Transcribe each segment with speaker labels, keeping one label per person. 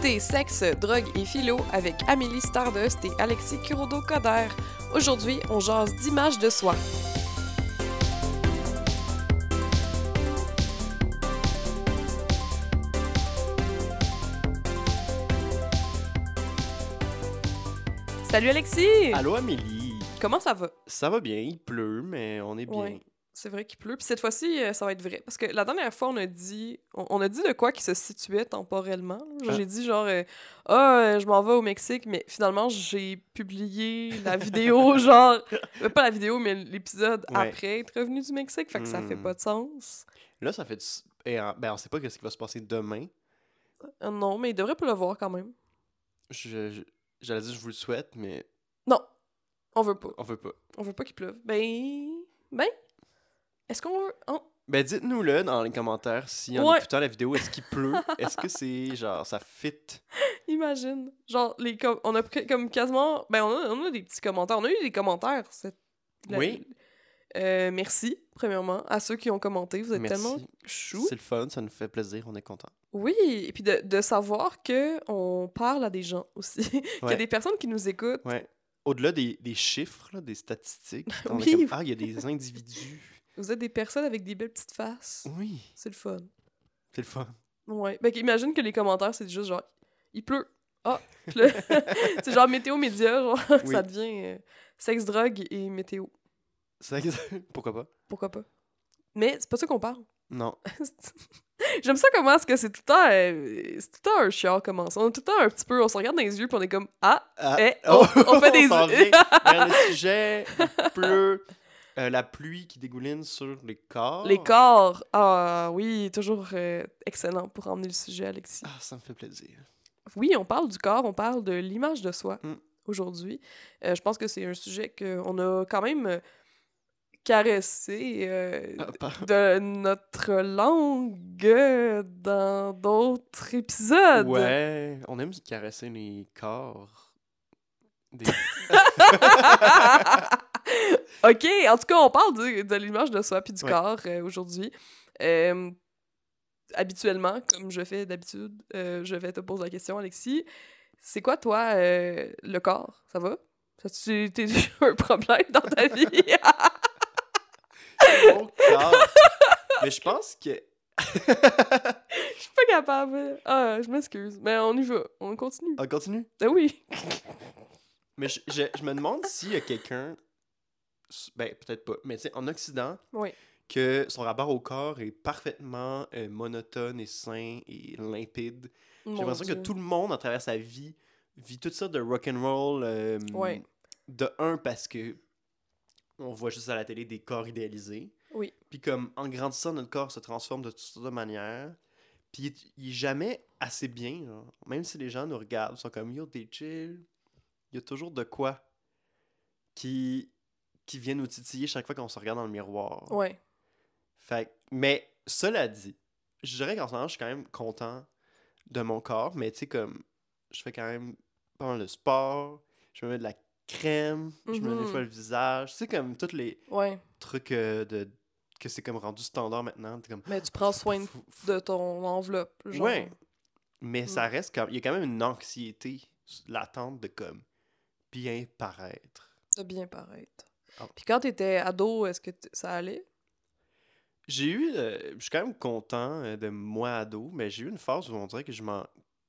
Speaker 1: C'est Sexe, Drogue et Philo avec Amélie Stardust et Alexis Curodo-Coder. Aujourd'hui, on jase d'images de soi. Salut Alexis!
Speaker 2: Allô Amélie,
Speaker 1: Comment ça va?
Speaker 2: ça va bien, il pleut, mais on est bien.
Speaker 1: Ouais. C'est vrai qu'il pleut. Puis cette fois-ci, euh, ça va être vrai. Parce que la dernière fois, on a dit, on, on a dit de quoi qui se situait temporellement. là. Genre,
Speaker 2: Ah.
Speaker 1: J'ai dit genre, euh, ah, euh, je m'en vais au Mexique, mais finalement, j'ai publié la vidéo, genre, euh, pas la vidéo, mais l'épisode
Speaker 2: Ouais.
Speaker 1: après être revenu du Mexique. Fait que ça fait
Speaker 2: Hmm.
Speaker 1: pas de sens.
Speaker 2: Là, ça fait du... s- Et euh, ben, on sait pas ce qui va se passer demain.
Speaker 1: Euh, non, mais il devrait pas le voir quand même.
Speaker 2: Je, je- j'allais dire je vous le souhaite, mais
Speaker 1: Non, on veut pas.
Speaker 2: on veut pas.
Speaker 1: On veut pas qu'il pleuve. Ben, ben, est-ce qu'on veut. on-
Speaker 2: Ben, dites-nous-le dans les commentaires si, en
Speaker 1: Ouais.
Speaker 2: écoutant la vidéo, est-ce qu'il pleut? est-ce que c'est, genre, ça fit?
Speaker 1: Imagine. Genre, les com- on a pris comme quasiment. Ben, on a, on a des petits commentaires. On a eu des commentaires. cette-
Speaker 2: Oui.
Speaker 1: Euh, merci, premièrement, à ceux qui ont commenté. Vous êtes
Speaker 2: Merci.
Speaker 1: tellement choux.
Speaker 2: C'est le fun, ça nous fait plaisir, on est content.
Speaker 1: Oui, et puis de, de savoir que on parle à des gens aussi. Qu'il y a
Speaker 2: Ouais.
Speaker 1: des personnes qui nous écoutent.
Speaker 2: Ouais. Au-delà des, des chiffres, là, des statistiques, on est
Speaker 1: Oui.
Speaker 2: comme, ah, il y a des individus.
Speaker 1: Vous êtes des personnes avec des belles petites faces.
Speaker 2: Oui,
Speaker 1: C'est le fun.
Speaker 2: c'est le fun.
Speaker 1: Ouais. Ben, imagine que les commentaires, c'est juste genre, il pleut. Ah! Puis là, c'est genre météo média, genre,
Speaker 2: Oui.
Speaker 1: ça devient euh, sexe, drogue et météo.
Speaker 2: Ça- Pourquoi pas?
Speaker 1: Pourquoi pas? Mais c'est pas ça qu'on parle.
Speaker 2: Non.
Speaker 1: J'aime ça comment est-ce que c'est tout le temps, euh, c'est tout le temps un chiard comment ça. On est tout le temps un petit peu, on se regarde dans les yeux puis on est comme ah,
Speaker 2: Ah,
Speaker 1: eh, on, on fait des
Speaker 2: s'en vient. Vers le sujet, il pleut, euh, la pluie qui dégouline sur les corps.
Speaker 1: les corps. Ah oui, toujours euh, excellent pour emmener le sujet Alexis.
Speaker 2: Ah, ça me fait plaisir.
Speaker 1: Oui, on parle du corps, on parle de l'image de soi
Speaker 2: Mm.
Speaker 1: aujourd'hui. Euh, je pense que c'est un sujet qu'on a quand même euh, caressé euh,
Speaker 2: Ah, par-
Speaker 1: de notre langue dans d'autres épisodes.
Speaker 2: Ouais, on aime se caresser les corps. Des-
Speaker 1: OK, en tout cas, on parle du- de l'image de soi puis du
Speaker 2: Ouais.
Speaker 1: corps euh, aujourd'hui. Euh, habituellement, comme je fais d'habitude, euh, je vais te poser la question, Alexis. C'est quoi, toi, euh, le corps? Ça va? Ça-tu t'es un problème dans ta vie?
Speaker 2: Mon corps. Mais je pense que.
Speaker 1: Je suis pas capable. Ah, je m'excuse. Mais on y va. On continue.
Speaker 2: On continue.
Speaker 1: Ah oui.
Speaker 2: Mais je, je- je me demande s'il y a quelqu'un. Ben, peut-être pas. Mais tu sais, en Occident,
Speaker 1: Oui.
Speaker 2: que son rapport au corps est parfaitement euh, monotone et sain et limpide. J'ai
Speaker 1: Mon
Speaker 2: l'impression que
Speaker 1: Dieu.
Speaker 2: tout le monde, à travers sa vie, vit toutes sortes de rock'n'roll. euh,
Speaker 1: Ouais.
Speaker 2: De un, parce que on voit juste à la télé des corps idéalisés.
Speaker 1: Oui.
Speaker 2: Puis comme, en grandissant, notre corps se transforme de toutes sortes de manières. Puis il est- il est jamais assez bien. genre. Même si les gens nous regardent, ils sont comme « Yo, t'es chill », il y a toujours de quoi qui, qui vient nous titiller chaque fois qu'on se regarde dans le miroir.
Speaker 1: Ouais.
Speaker 2: Fait que- mais cela dit, je dirais qu'en ce moment, je suis quand même content de mon corps, mais tu sais, comme, je fais quand même pas mal de sport, je me mets de la crème, je me
Speaker 1: Mhm.
Speaker 2: nettoie le visage, tu sais, comme tous les
Speaker 1: Ouais.
Speaker 2: trucs euh, de que c'est comme rendu standard maintenant, t'es comme,
Speaker 1: Mais tu prends soin de-
Speaker 2: Fou- fou-
Speaker 1: de ton enveloppe. Genre.
Speaker 2: Ouais. mais
Speaker 1: Mm.
Speaker 2: ça reste comme, il y a quand même une anxiété l'attente de comme, bien paraître.
Speaker 1: de bien paraître.
Speaker 2: Ah.
Speaker 1: Puis quand t'étais ado, est-ce que t- ça allait?
Speaker 2: J'ai eu. euh, je suis quand même content euh, de moi ado, mais j'ai eu une phase où on dirait que je m'en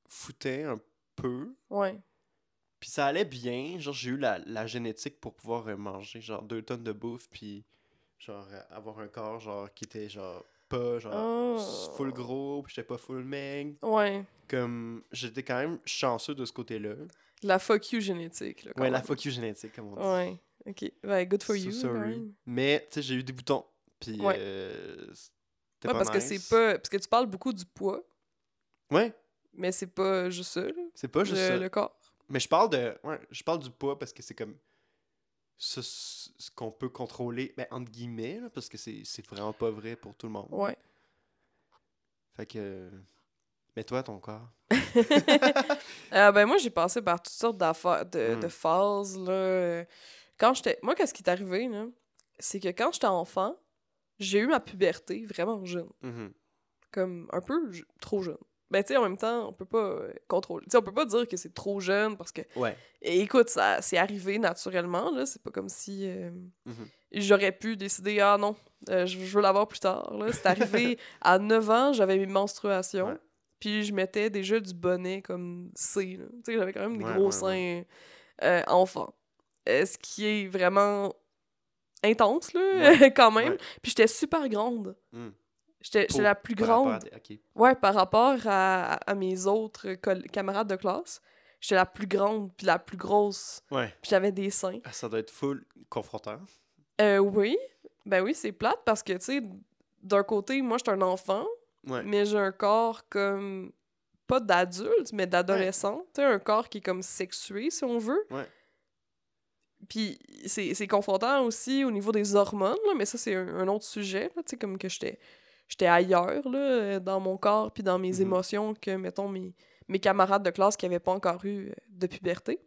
Speaker 2: foutais un peu.
Speaker 1: Ouais.
Speaker 2: Puis ça allait bien. Genre, j'ai eu la, la génétique pour pouvoir euh, manger, genre, deux tonnes de bouffe, puis genre, euh, avoir un corps, genre, qui était, genre, pas, genre,
Speaker 1: Oh!
Speaker 2: s- Euh, full gros, puis j'étais pas full maigre.
Speaker 1: Ouais.
Speaker 2: Comme, j'étais quand même chanceux de ce côté-là.
Speaker 1: La fuck you génétique. Là, quand
Speaker 2: Ouais, la
Speaker 1: même.
Speaker 2: fuck you génétique, comme on dit.
Speaker 1: Ouais. Ok. Ben, good for
Speaker 2: So
Speaker 1: you. quand
Speaker 2: sorry.
Speaker 1: même.
Speaker 2: Mais, tu sais, j'ai eu des boutons, puis
Speaker 1: Ouais.
Speaker 2: euh, c'était
Speaker 1: Ouais,
Speaker 2: pas
Speaker 1: parce que
Speaker 2: nice.
Speaker 1: c'est pas. Parce que tu parles beaucoup du poids,
Speaker 2: Ouais,
Speaker 1: mais c'est pas juste ça, là.
Speaker 2: c'est pas juste
Speaker 1: le,
Speaker 2: ça.
Speaker 1: le corps.
Speaker 2: Mais je parle de. Ouais, je parle du poids parce que c'est comme. Ce, ce ce qu'on peut contrôler, ben, entre guillemets, là, parce que c'est c'est vraiment pas vrai pour tout le monde.
Speaker 1: Ouais.
Speaker 2: Fait que. Mais toi, ton corps.
Speaker 1: Euh, ben, moi, j'ai passé par toutes sortes d'affaires, de,
Speaker 2: Mm.
Speaker 1: de phases, là. Quand j'étais. Moi, qu'est-ce qui est arrivé, là? C'est que quand j'étais enfant, j'ai eu ma puberté vraiment jeune.
Speaker 2: Mhm.
Speaker 1: Comme un peu je- trop jeune. Ben, tu sais, en même temps, on peut pas euh, contrôler. Tu sais, on peut pas dire que c'est trop jeune parce que.
Speaker 2: Ouais.
Speaker 1: Et écoute, ça c'est arrivé naturellement, là. C'est pas comme si euh,
Speaker 2: Mhm.
Speaker 1: j'aurais pu décider, ah non, euh, je, je veux l'avoir plus tard, là. C'est arrivé à 9 ans, j'avais mes menstruations.
Speaker 2: Ouais.
Speaker 1: Puis je mettais déjà du bonnet comme C, là. Tu sais, j'avais quand même des
Speaker 2: Ouais,
Speaker 1: gros
Speaker 2: ouais,
Speaker 1: seins euh, enfants. Euh, ce qui est vraiment intense, là, quand même.
Speaker 2: Ouais.
Speaker 1: Puis j'étais super grande.
Speaker 2: Hmm.
Speaker 1: J'étais
Speaker 2: Pour-
Speaker 1: j'étais la plus
Speaker 2: Par rapport
Speaker 1: grande.
Speaker 2: à tes- ok.
Speaker 1: Ouais, par rapport à, à- à mes autres coll- camarades de classe, j'étais la plus grande, puis la plus grosse,
Speaker 2: Ouais.
Speaker 1: puis j'avais des seins.
Speaker 2: Ah, Ça doit être full confrontant.
Speaker 1: Euh, oui, ben oui, c'est plate parce que, tu sais, d'un côté, moi, j'étais un enfant,
Speaker 2: Ouais.
Speaker 1: mais j'ai un corps comme, pas d'adulte, mais d'adolescent. Tu sais, un corps qui est comme sexué, si on veut.
Speaker 2: Ouais.
Speaker 1: Puis c'est c'est confrontant aussi au niveau des hormones, là, mais ça, c'est un, un autre sujet, là, tu sais, comme que j'étais j'étais ailleurs là, euh, dans mon corps puis dans mes
Speaker 2: Mhm.
Speaker 1: émotions que, mettons, mes, mes camarades de classe qui n'avaient pas encore eu euh, de puberté.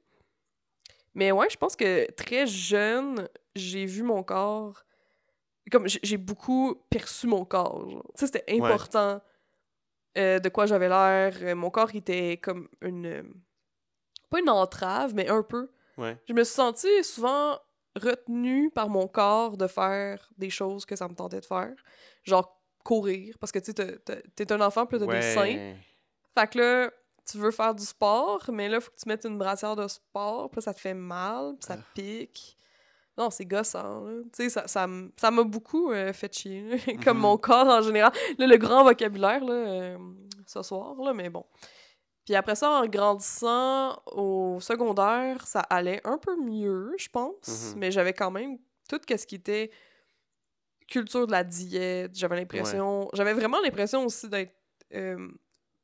Speaker 1: Mais ouais, je pense que très jeune, j'ai vu mon corps. Comme j'ai- j'ai beaucoup perçu mon corps. genre. Tu sais, c'était
Speaker 2: Ouais.
Speaker 1: important euh, de quoi j'avais l'air. Euh, Mon corps était comme une. euh, Pas une entrave, mais un peu.
Speaker 2: Ouais.
Speaker 1: Je me suis sentie souvent retenue par mon corps de faire des choses que ça me tentait de faire. Genre courir, parce que tu sais, t'as- t'as- t'es un enfant, puis là, t'as des seins.
Speaker 2: Ouais.
Speaker 1: Fait que là, tu veux faire du sport, mais là, faut que tu mettes une brassière de sport, puis là, ça te fait mal, puis ça
Speaker 2: Ah.
Speaker 1: te pique. Non, c'est gossant, là. Tu sais, ça, ça, m- ça m'a beaucoup euh, fait chier, là. comme
Speaker 2: Mhm.
Speaker 1: mon corps en général. Là, le grand vocabulaire, là, euh, ce soir, là, mais bon. Puis après ça, en grandissant au secondaire, ça allait un peu mieux, je pense,
Speaker 2: Mhm.
Speaker 1: mais j'avais quand même tout ce qui était culture de la diète. J'avais l'impression... J'avais vraiment l'impression aussi d'être... euh,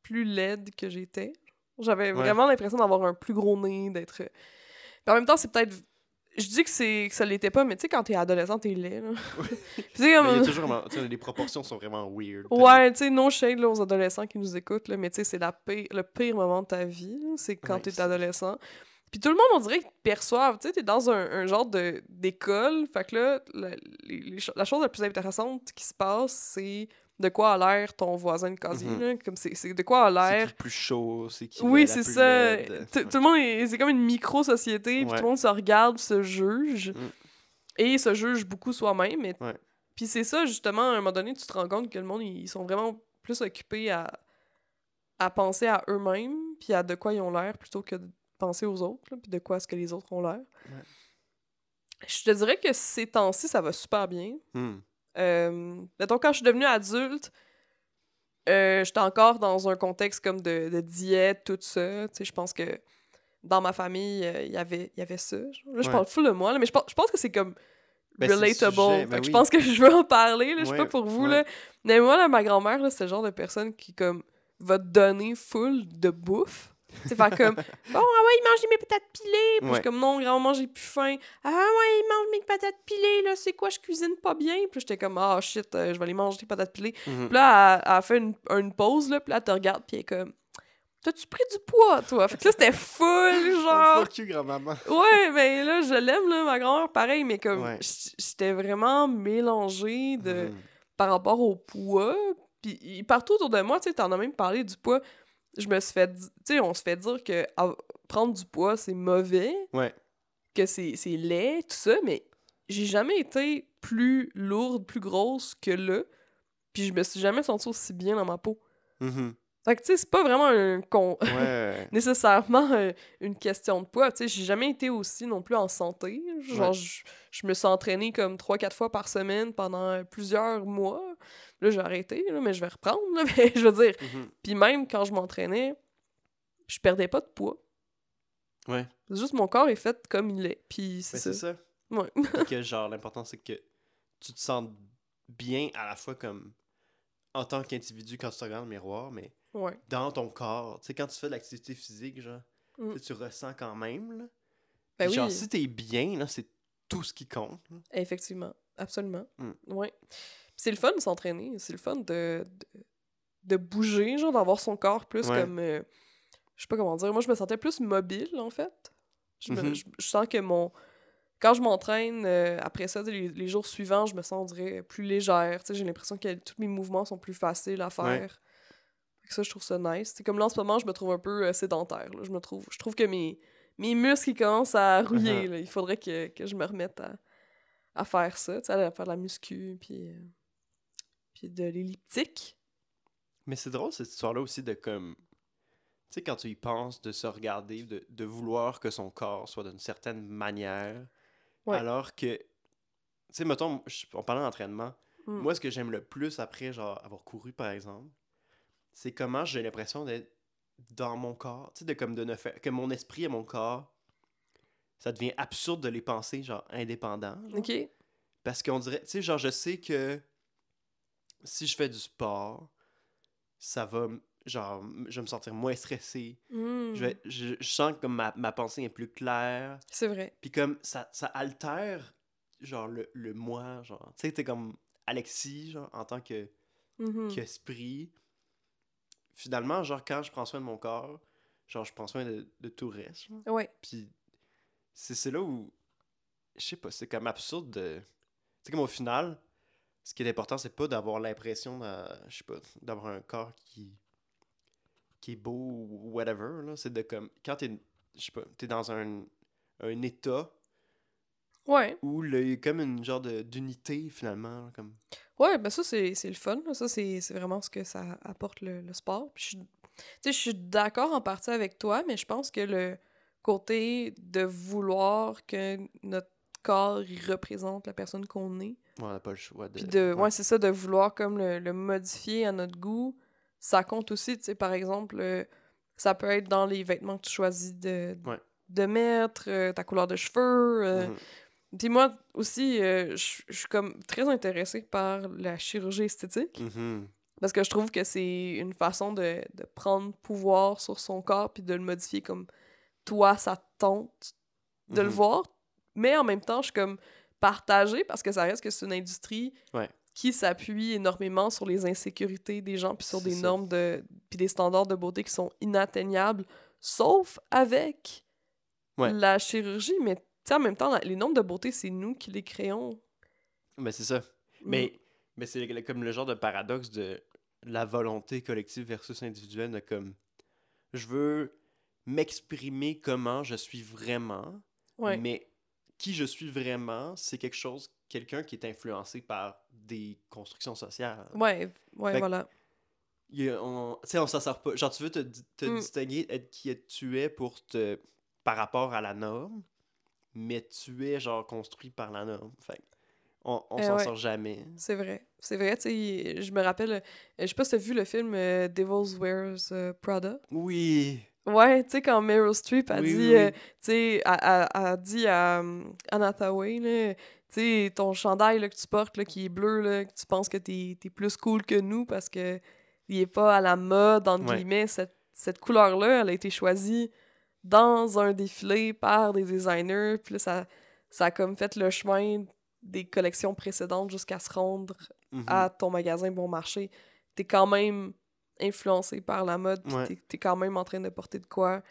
Speaker 1: plus laide que j'étais. J'avais
Speaker 2: Ouais.
Speaker 1: vraiment l'impression d'avoir un plus gros nez, d'être. Puis En même temps, c'est peut-être. Je dis que c'est que ça l'était pas, mais tu sais, quand t'es adolescent, t'es laid. Là. Puis c'est
Speaker 2: Mais il y a
Speaker 1: comme...
Speaker 2: toujours vraiment- tu sais, les proportions sont vraiment weird.
Speaker 1: Ouais, tu sais, no shade là, aux adolescents qui nous écoutent, là, mais tu sais, c'est la pire- le pire moment de ta vie, là, c'est quand
Speaker 2: Ouais,
Speaker 1: t'es
Speaker 2: c'est-
Speaker 1: adolescent. Puis tout le monde, on dirait qu'ils te perçoivent, tu sais, t'es dans un, un genre de- d'école, fait que là, la, les- les cho- la chose la plus intéressante qui se passe, c'est de quoi a l'air ton voisin de casier,
Speaker 2: Mhm.
Speaker 1: là, comme c'est c'est de quoi a
Speaker 2: C'est qui
Speaker 1: l'air
Speaker 2: le plus chaud, c'est qui
Speaker 1: oui,
Speaker 2: la- la
Speaker 1: c'est
Speaker 2: plus
Speaker 1: ça.
Speaker 2: laide.
Speaker 1: Tout tout le monde, est- c'est comme une micro-société, puis tout
Speaker 2: Ouais.
Speaker 1: le monde se regarde, se juge,
Speaker 2: Mm.
Speaker 1: et se juge beaucoup soi-même. mais-
Speaker 2: Ouais.
Speaker 1: Puis c'est ça, justement, à un moment donné, tu te rends compte que le monde, ils sont vraiment plus occupés à, à penser à eux-mêmes, puis à de quoi ils ont l'air, plutôt que de penser aux autres, là, puis de quoi est-ce que les autres ont l'air.
Speaker 2: Ouais.
Speaker 1: Je te dirais que ces temps-ci, ça va super bien.
Speaker 2: Hmm.
Speaker 1: Euh, mettons, quand je suis devenue adulte, euh, j'étais encore dans un contexte comme de, de diète, tout ça. Tu sais, je pense que dans ma famille, euh, il y avait- il y avait ça. genre. Là, je
Speaker 2: Ouais.
Speaker 1: parle full de moi, là, mais je pense, je pense que c'est comme
Speaker 2: Ben, c'est le
Speaker 1: relatable.
Speaker 2: sujet, ben
Speaker 1: Fait que Je
Speaker 2: oui.
Speaker 1: pense que je veux en parler, là, je sais
Speaker 2: Ouais,
Speaker 1: pas pour vous.
Speaker 2: ouais.
Speaker 1: Là. Mais moi, là, ma grand-mère, là, c'est le genre de personne qui comme va te donner full de bouffe. Tu sais, faire comme Bon, ah ouais, il mange des- mes patates pilées. Puis je suis
Speaker 2: Ouais.
Speaker 1: comme Non, grand-maman, j'ai plus faim. Ah ouais, il mange mes patates pilées, là, c'est quoi, je cuisine pas bien. Puis j'étais comme Ah shit, euh, je vais aller manger des patates pilées.
Speaker 2: Mhm.
Speaker 1: Puis là, elle, elle fait une, une pause, là, puis là, elle te regarde, puis elle est comme T'as-tu pris du poids, toi? Fait que là, c'était full, genre.
Speaker 2: Fuck you, grand-maman.
Speaker 1: Ouais, mais là, je l'aime, là, ma grand-mère, pareil, mais comme,
Speaker 2: Ouais.
Speaker 1: j- j'étais vraiment mélangée de,
Speaker 2: Mhm.
Speaker 1: par rapport au poids. Puis il- partout autour de moi, tu sais, t'en as même parlé du poids. Je me suis fait, di- tu sais, on se fait dire que av- prendre du poids, c'est mauvais,
Speaker 2: Ouais.
Speaker 1: que c'est c'est laid, tout ça, mais j'ai jamais été plus lourde, plus grosse que là. Puis je me suis jamais sentie aussi bien dans ma peau.
Speaker 2: Mhm.
Speaker 1: Fait que, tu sais, c'est pas vraiment un, con,
Speaker 2: Ouais, ouais.
Speaker 1: nécessairement euh, une question de poids. Tu sais, j'ai jamais été aussi non plus en santé. Genre,
Speaker 2: Ouais.
Speaker 1: je, je me suis entraînée comme 3-4 fois par semaine pendant euh, plusieurs mois. Là, j'ai arrêté, là, mais je vais reprendre. là, mais je veux dire,
Speaker 2: Mhm.
Speaker 1: puis même quand je m'entraînais, je perdais pas de poids.
Speaker 2: Ouais.
Speaker 1: C'est Juste mon corps est fait comme il est. Puis c'est
Speaker 2: Ben,
Speaker 1: ça.
Speaker 2: c'est ça.
Speaker 1: Ouais.
Speaker 2: Puis que genre l'important c'est que tu te sens bien à la fois comme en tant qu'individu quand tu te regardes dans le miroir, mais
Speaker 1: Ouais.
Speaker 2: dans ton corps. Tu sais, quand tu fais de l'activité physique, genre,
Speaker 1: Mm.
Speaker 2: tu sais, tu ressens quand même. Là.
Speaker 1: Ben
Speaker 2: Puis genre,
Speaker 1: oui.
Speaker 2: si t'es bien, là, c'est tout ce qui compte. là.
Speaker 1: Effectivement, absolument.
Speaker 2: Mm.
Speaker 1: Ouais. Puis C'est le fun de s'entraîner, c'est le fun de, de, de bouger, genre d'avoir son corps plus
Speaker 2: Ouais.
Speaker 1: comme. euh, je sais pas comment dire. Moi, je me sentais plus mobile, en fait. Je, me-
Speaker 2: Mhm.
Speaker 1: je- je sens que mon. Quand je m'entraîne, euh, après ça, tu sais, les, les jours suivants, je me sens, on dirait, plus légère. Tu sais, J'ai l'impression que tous mes mouvements sont plus faciles à faire. Fait que ça, je trouve ça nice. C'est comme là, en ce moment, je me trouve un peu euh, sédentaire. là. Je me trouve, je trouve que mes, mes muscles, ils commencent à rouiller.
Speaker 2: Uh-huh.
Speaker 1: là. Il faudrait que, que je me remette à, à faire ça, tu sais, à faire de la muscu, puis, euh, puis de l'elliptique.
Speaker 2: Mais c'est drôle cette histoire-là aussi de comme. Tu sais, quand tu y penses, de se regarder, de, de vouloir que son corps soit d'une certaine manière.
Speaker 1: Ouais.
Speaker 2: Alors que. Tu sais, mettons, je- en parlant d'entraînement,
Speaker 1: Mm.
Speaker 2: moi, ce que j'aime le plus après genre, avoir couru, par exemple, c'est comment j'ai l'impression d'être dans mon corps. Tu sais, de comme de ne faire. Que mon esprit et mon corps. Ça devient absurde de les penser, genre, indépendants. genre.
Speaker 1: OK?
Speaker 2: Parce qu'on dirait, tu sais, genre, je sais que si je fais du sport, ça va, m- genre, m- je vais me sentir moins stressé.
Speaker 1: Mm.
Speaker 2: Je, vais- je, je sens que comme ma, ma pensée est plus claire.
Speaker 1: C'est vrai.
Speaker 2: Puis comme ça, ça altère, genre, le, le moi, genre. Tu sais, t'es comme Alexis, genre, en tant que
Speaker 1: Mhm.
Speaker 2: qu'esprit. Finalement, genre, quand je prends soin de mon corps, genre, je prends soin de, de tout le reste. genre.
Speaker 1: Ouais.
Speaker 2: Puis c'est c'est là où, je sais pas, c'est comme absurde de... C'est comme au final, ce qui est important, c'est pas d'avoir l'impression, d'a- je sais pas, d'avoir un corps qui qui est beau ou whatever, là. C'est de comme, quand t'es, je sais pas, t'es dans un, un état
Speaker 1: Ouais.
Speaker 2: où là, il y a comme une genre de- d'unité, finalement, là, comme...
Speaker 1: Ouais, ben ça, c'est c'est le fun. là. Ça, c'est c'est vraiment ce que ça apporte le, le sport. Puis je suis- tu sais, je suis d'accord en partie avec toi, mais je pense que le côté de vouloir que notre corps il représente la personne qu'on est,
Speaker 2: ouais, on n'a pas le choix de...
Speaker 1: puis de, ouais, c'est ça, de vouloir comme le, le modifier à notre goût, ça compte aussi, tu sais, par exemple, euh, ça peut être dans les vêtements que tu choisis de,
Speaker 2: Ouais.
Speaker 1: de mettre, euh, ta couleur de cheveux, euh,
Speaker 2: Mhm.
Speaker 1: puis moi aussi, euh, je je suis comme très intéressée par la chirurgie esthétique
Speaker 2: Mhm.
Speaker 1: parce que je trouve que c'est une façon de, de prendre pouvoir sur son corps puis de le modifier comme toi, ça te tente de le
Speaker 2: Mhm.
Speaker 1: voir. Mais en même temps, je suis comme partagée parce que ça reste que c'est une industrie
Speaker 2: Ouais.
Speaker 1: qui s'appuie énormément sur les insécurités des gens puis sur
Speaker 2: C'est
Speaker 1: des
Speaker 2: ça.
Speaker 1: normes de puis des standards de beauté qui sont inatteignables, sauf avec
Speaker 2: Ouais.
Speaker 1: la chirurgie. Mais tu sais, en même temps, la- les normes de beauté, c'est nous qui les créons.
Speaker 2: Mais Ben, c'est ça. Mais,
Speaker 1: Mm.
Speaker 2: mais c'est le- comme le genre de paradoxe de la volonté collective versus individuelle de comme je veux m'exprimer comment je suis vraiment,
Speaker 1: Ouais.
Speaker 2: mais qui je suis vraiment, c'est quelque chose, quelqu'un qui est influencé par des constructions sociales.
Speaker 1: Ouais, ouais,
Speaker 2: Fait que-
Speaker 1: voilà.
Speaker 2: Il y a- on, tu sais, on s'en sort pas. Genre, tu veux te, di- te
Speaker 1: Mm.
Speaker 2: distinguer, être qui est- tu es pour te, par rapport à la norme, mais tu es genre construit par la norme. Fait que on, on
Speaker 1: Eh
Speaker 2: s'en
Speaker 1: ouais.
Speaker 2: sort jamais.
Speaker 1: C'est vrai. C'est vrai, tu sais, je me rappelle, euh, je sais pas si t'as vu le film euh, Devil's Wears euh, Prada.
Speaker 2: Oui.
Speaker 1: Ouais, tu sais, quand Meryl Streep a
Speaker 2: Oui,
Speaker 1: dit,
Speaker 2: oui,
Speaker 1: euh,
Speaker 2: oui.
Speaker 1: tu sais, a, a- a dit à euh, Anne Hathaway, là, tu sais, ton chandail là, que tu portes, là, qui est bleu, là, que tu penses que t'es es plus cool que nous parce que il est pas à la mode, entre
Speaker 2: Ouais.
Speaker 1: guillemets, cette, cette couleur-là, elle a été choisie dans un défilé par des designers, puis là, ça, ça a comme fait le chemin des collections précédentes jusqu'à se rendre
Speaker 2: Mhm.
Speaker 1: à ton magasin bon marché, t'es quand même influencé par la mode, puis
Speaker 2: Ouais.
Speaker 1: t'es- t'es quand même en train de porter de quoi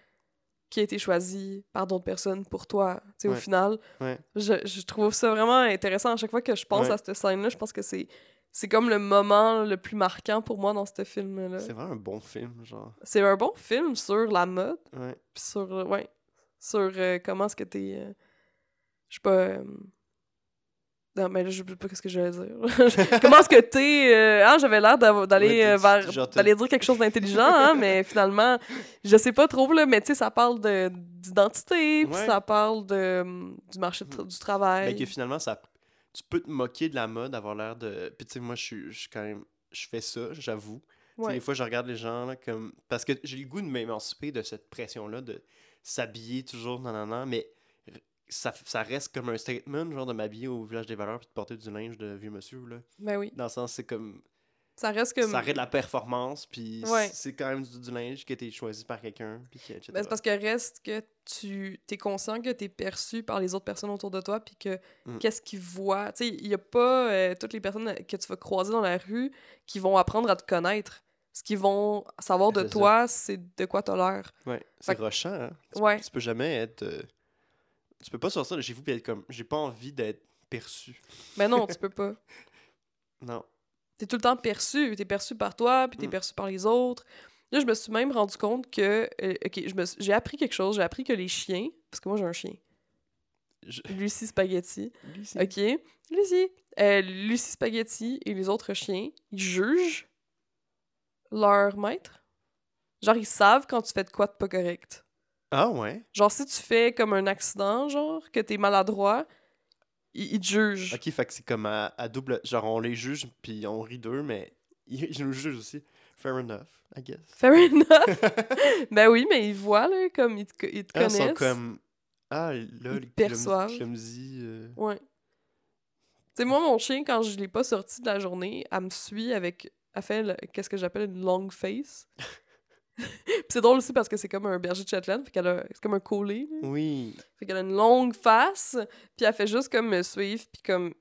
Speaker 1: qui a été choisi par d'autres personnes pour toi, tu sais, au
Speaker 2: Ouais.
Speaker 1: final.
Speaker 2: Ouais.
Speaker 1: Je, je trouve ça vraiment intéressant. À chaque fois que je pense
Speaker 2: Ouais.
Speaker 1: à cette scène-là, je pense que c'est c'est comme le moment le plus marquant pour moi dans ce film-là.
Speaker 2: C'est vraiment un bon film, genre.
Speaker 1: C'est un bon film sur la mode,
Speaker 2: Ouais.
Speaker 1: puis sur, euh, ouais, sur euh, comment est-ce que t'es... euh, je sais pas... euh, non, mais là, je sais pas ce que j'allais dire. Comment est-ce que t'es. euh, hein, j'avais l'air d'avo- d'aller
Speaker 2: Ouais, t'es-
Speaker 1: euh, vers-
Speaker 2: genre, t'es-
Speaker 1: d'aller dire quelque chose d'intelligent, hein, mais finalement, je sais pas trop, là, mais tu sais, ça parle de- d'identité, puis
Speaker 2: Ouais.
Speaker 1: ça parle de, hum, du marché de tra- du travail.
Speaker 2: Mais que finalement, ça... tu peux te moquer de la mode, avoir l'air de. Puis tu sais, moi, je suis je suis quand même. Je fais ça, j'avoue. Tu sais,
Speaker 1: Ouais.
Speaker 2: Des fois, je regarde les gens, là, comme. Parce que j'ai le goût de m'émanciper de cette pression-là, de s'habiller toujours, non, non, non, mais r- ça, ça reste comme un statement, genre, de m'habiller au village des valeurs puis de porter du linge de vieux monsieur, là.
Speaker 1: Ben oui.
Speaker 2: Dans le sens, c'est comme.
Speaker 1: Ça reste comme.
Speaker 2: Ça arrête la performance, puis
Speaker 1: Ouais.
Speaker 2: c'est quand même du, du linge qui a été choisi par quelqu'un, puis que- etc.
Speaker 1: Ben, c'est parce que reste que tu es conscient que tu es perçu par les autres personnes autour de toi, puis que
Speaker 2: Mm.
Speaker 1: qu'est-ce qu'ils voient. Tu sais, il n'y a pas euh, toutes les personnes que tu vas croiser dans la rue qui vont apprendre à te connaître. Ce qu'ils vont savoir de
Speaker 2: C'est ça.
Speaker 1: toi, c'est de quoi t'as l'air.
Speaker 2: Ouais, c'est
Speaker 1: que-
Speaker 2: rochant, hein? Tu-
Speaker 1: Ouais.
Speaker 2: Tu peux jamais être. euh, Tu peux pas sortir de chez vous et être comme. J'ai pas envie d'être perçu.
Speaker 1: Mais non, tu peux pas.
Speaker 2: Non.
Speaker 1: T'es tout le temps perçu. T'es perçu par toi, puis t'es
Speaker 2: Mm.
Speaker 1: perçu par les autres. Là, je me suis même rendu compte que. euh, ok, je me suis- j'ai appris quelque chose. J'ai appris que les chiens. Parce que moi, j'ai un chien.
Speaker 2: Je-
Speaker 1: Lucie Spaghetti.
Speaker 2: Lucie.
Speaker 1: Ok. Lucie. Euh, Lucie Spaghetti et les autres chiens, ils jugent leur maître. Genre, ils savent quand tu fais de quoi de pas correct.
Speaker 2: Ah ouais?
Speaker 1: Genre, si tu fais comme un accident, genre, que t'es maladroit, ils, ils te jugent.
Speaker 2: Ok, fait que c'est comme à, à double. Genre, on les juge, puis on rit d'eux, mais ils, ils nous jugent aussi. Fair enough, I guess.
Speaker 1: Fair enough. ben oui, mais ils voient, là, comme ils te, co- ils te
Speaker 2: Ah, ils
Speaker 1: connaissent.
Speaker 2: sont comme. Ah,
Speaker 1: Ils
Speaker 2: là, les
Speaker 1: perçoivent.
Speaker 2: clumsy. euh,
Speaker 1: Ouais. Tu sais, moi, mon chien, quand je l'ai pas sorti de la journée, elle me suit avec. Elle fait le- qu'est-ce que j'appelle une long face. Puis c'est drôle aussi parce que c'est comme un berger de Shetland, fait qu'elle a. C'est comme un collier, là.
Speaker 2: Oui.
Speaker 1: Fait qu'elle a une longue face, puis elle fait juste comme me suivre, puis comme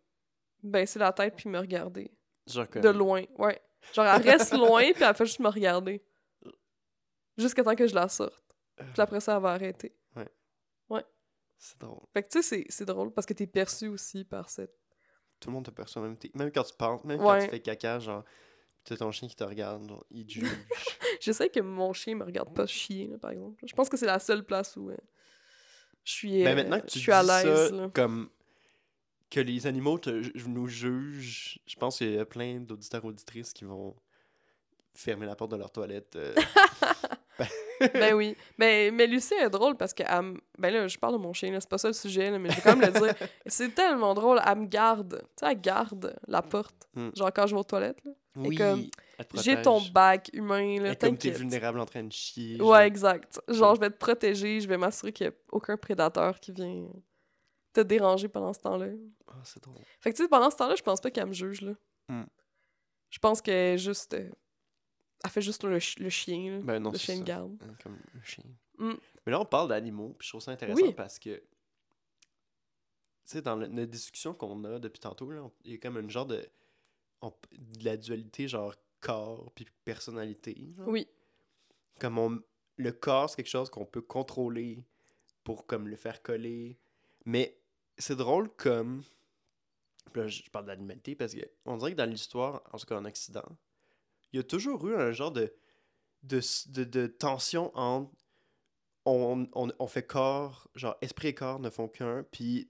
Speaker 1: baisser la tête, puis me regarder.
Speaker 2: Genre comme.
Speaker 1: De loin, ouais. Genre, elle reste loin, puis elle fait juste me regarder. Jusqu'à temps que je la sorte. Puis après ça, elle va arrêter.
Speaker 2: C'est drôle.
Speaker 1: Fait que tu sais, c'est- c'est drôle parce que t'es perçu aussi par cette.
Speaker 2: Tout le monde te perçoit, même, t'es- même quand tu penses, même quand
Speaker 1: Ouais.
Speaker 2: tu fais caca, genre. T'as ton chien qui te regarde, genre, il te juge.
Speaker 1: J'essaie que mon chien me regarde pas chier, là, par exemple. Je pense que c'est la seule place où euh, je suis,
Speaker 2: Mais
Speaker 1: euh,
Speaker 2: Ben, maintenant que
Speaker 1: je
Speaker 2: tu dis
Speaker 1: suis à l'aise.
Speaker 2: ça,
Speaker 1: là.
Speaker 2: comme que les animaux te- ju- nous jugent, je pense qu'il y a plein d'auditeurs auditrices qui vont fermer la porte de leur toilette. euh,
Speaker 1: Ben oui. Mais, mais Lucie est drôle parce que. elle me- ben là, je parle de mon chien, là, c'est pas ça le sujet, là, mais je vais quand même le dire. C'est tellement drôle. Elle me garde. Tu sais, elle garde la porte.
Speaker 2: Hmm.
Speaker 1: Genre quand je vais aux toilettes. là.
Speaker 2: oui,
Speaker 1: comme,
Speaker 2: elle te
Speaker 1: J'ai ton
Speaker 2: protège.
Speaker 1: bac humain, là.
Speaker 2: Et comme t'es
Speaker 1: t'inquiète.
Speaker 2: vulnérable en train de chier. genre,
Speaker 1: Ouais, exact. Genre, je vais te protéger, je vais m'assurer qu'il n'y a aucun prédateur qui vient te déranger pendant ce temps-là.
Speaker 2: ah, c'est drôle.
Speaker 1: Fait que, tu sais, pendant ce temps-là, je pense pas qu'elle me juge, là.
Speaker 2: Hmm.
Speaker 1: Je pense qu'elle est juste. euh, elle fait juste le, ch- le chien, là,
Speaker 2: Ben non,
Speaker 1: le
Speaker 2: c'est
Speaker 1: chien
Speaker 2: ça.
Speaker 1: de garde.
Speaker 2: Hein, Comme un chien.
Speaker 1: Mm.
Speaker 2: Mais là, on parle d'animaux, puis je trouve ça intéressant
Speaker 1: Oui.
Speaker 2: parce que, tu sais, dans le- notre discussion qu'on a depuis tantôt, là, on- il y a comme une genre de, on- de la dualité, genre corps puis personnalité. genre.
Speaker 1: Oui,
Speaker 2: Comme on, le corps, c'est quelque chose qu'on peut contrôler pour comme le faire coller. Mais c'est drôle comme. puis Là, je je parle d'animalité parce que on dirait que dans l'histoire, en tout cas en Occident, il y a toujours eu un genre de, de, s- de, de tension entre on, on, on fait corps, genre esprit et corps ne font qu'un, puis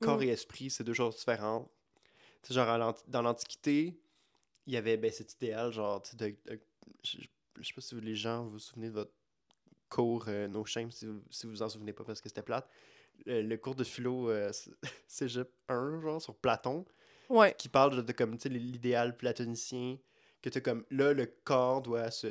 Speaker 2: corps
Speaker 1: Mm.
Speaker 2: et esprit, c'est deux choses différentes. Tu sais, genre, à l'ant- dans l'Antiquité, il y avait ben, cet idéal, genre, tu sais, de, de- je, je- je sais pas si vous- les gens vous vous souvenez de votre cours euh, No Shame, si vous, si vous en souvenez pas parce que c'était plate. Le, le cours de philo euh, c- cégep 1, genre, sur Platon,
Speaker 1: ouais,
Speaker 2: qui parle de, de comme, tu sais, l'idéal platonicien, que tu comme, là, le corps doit se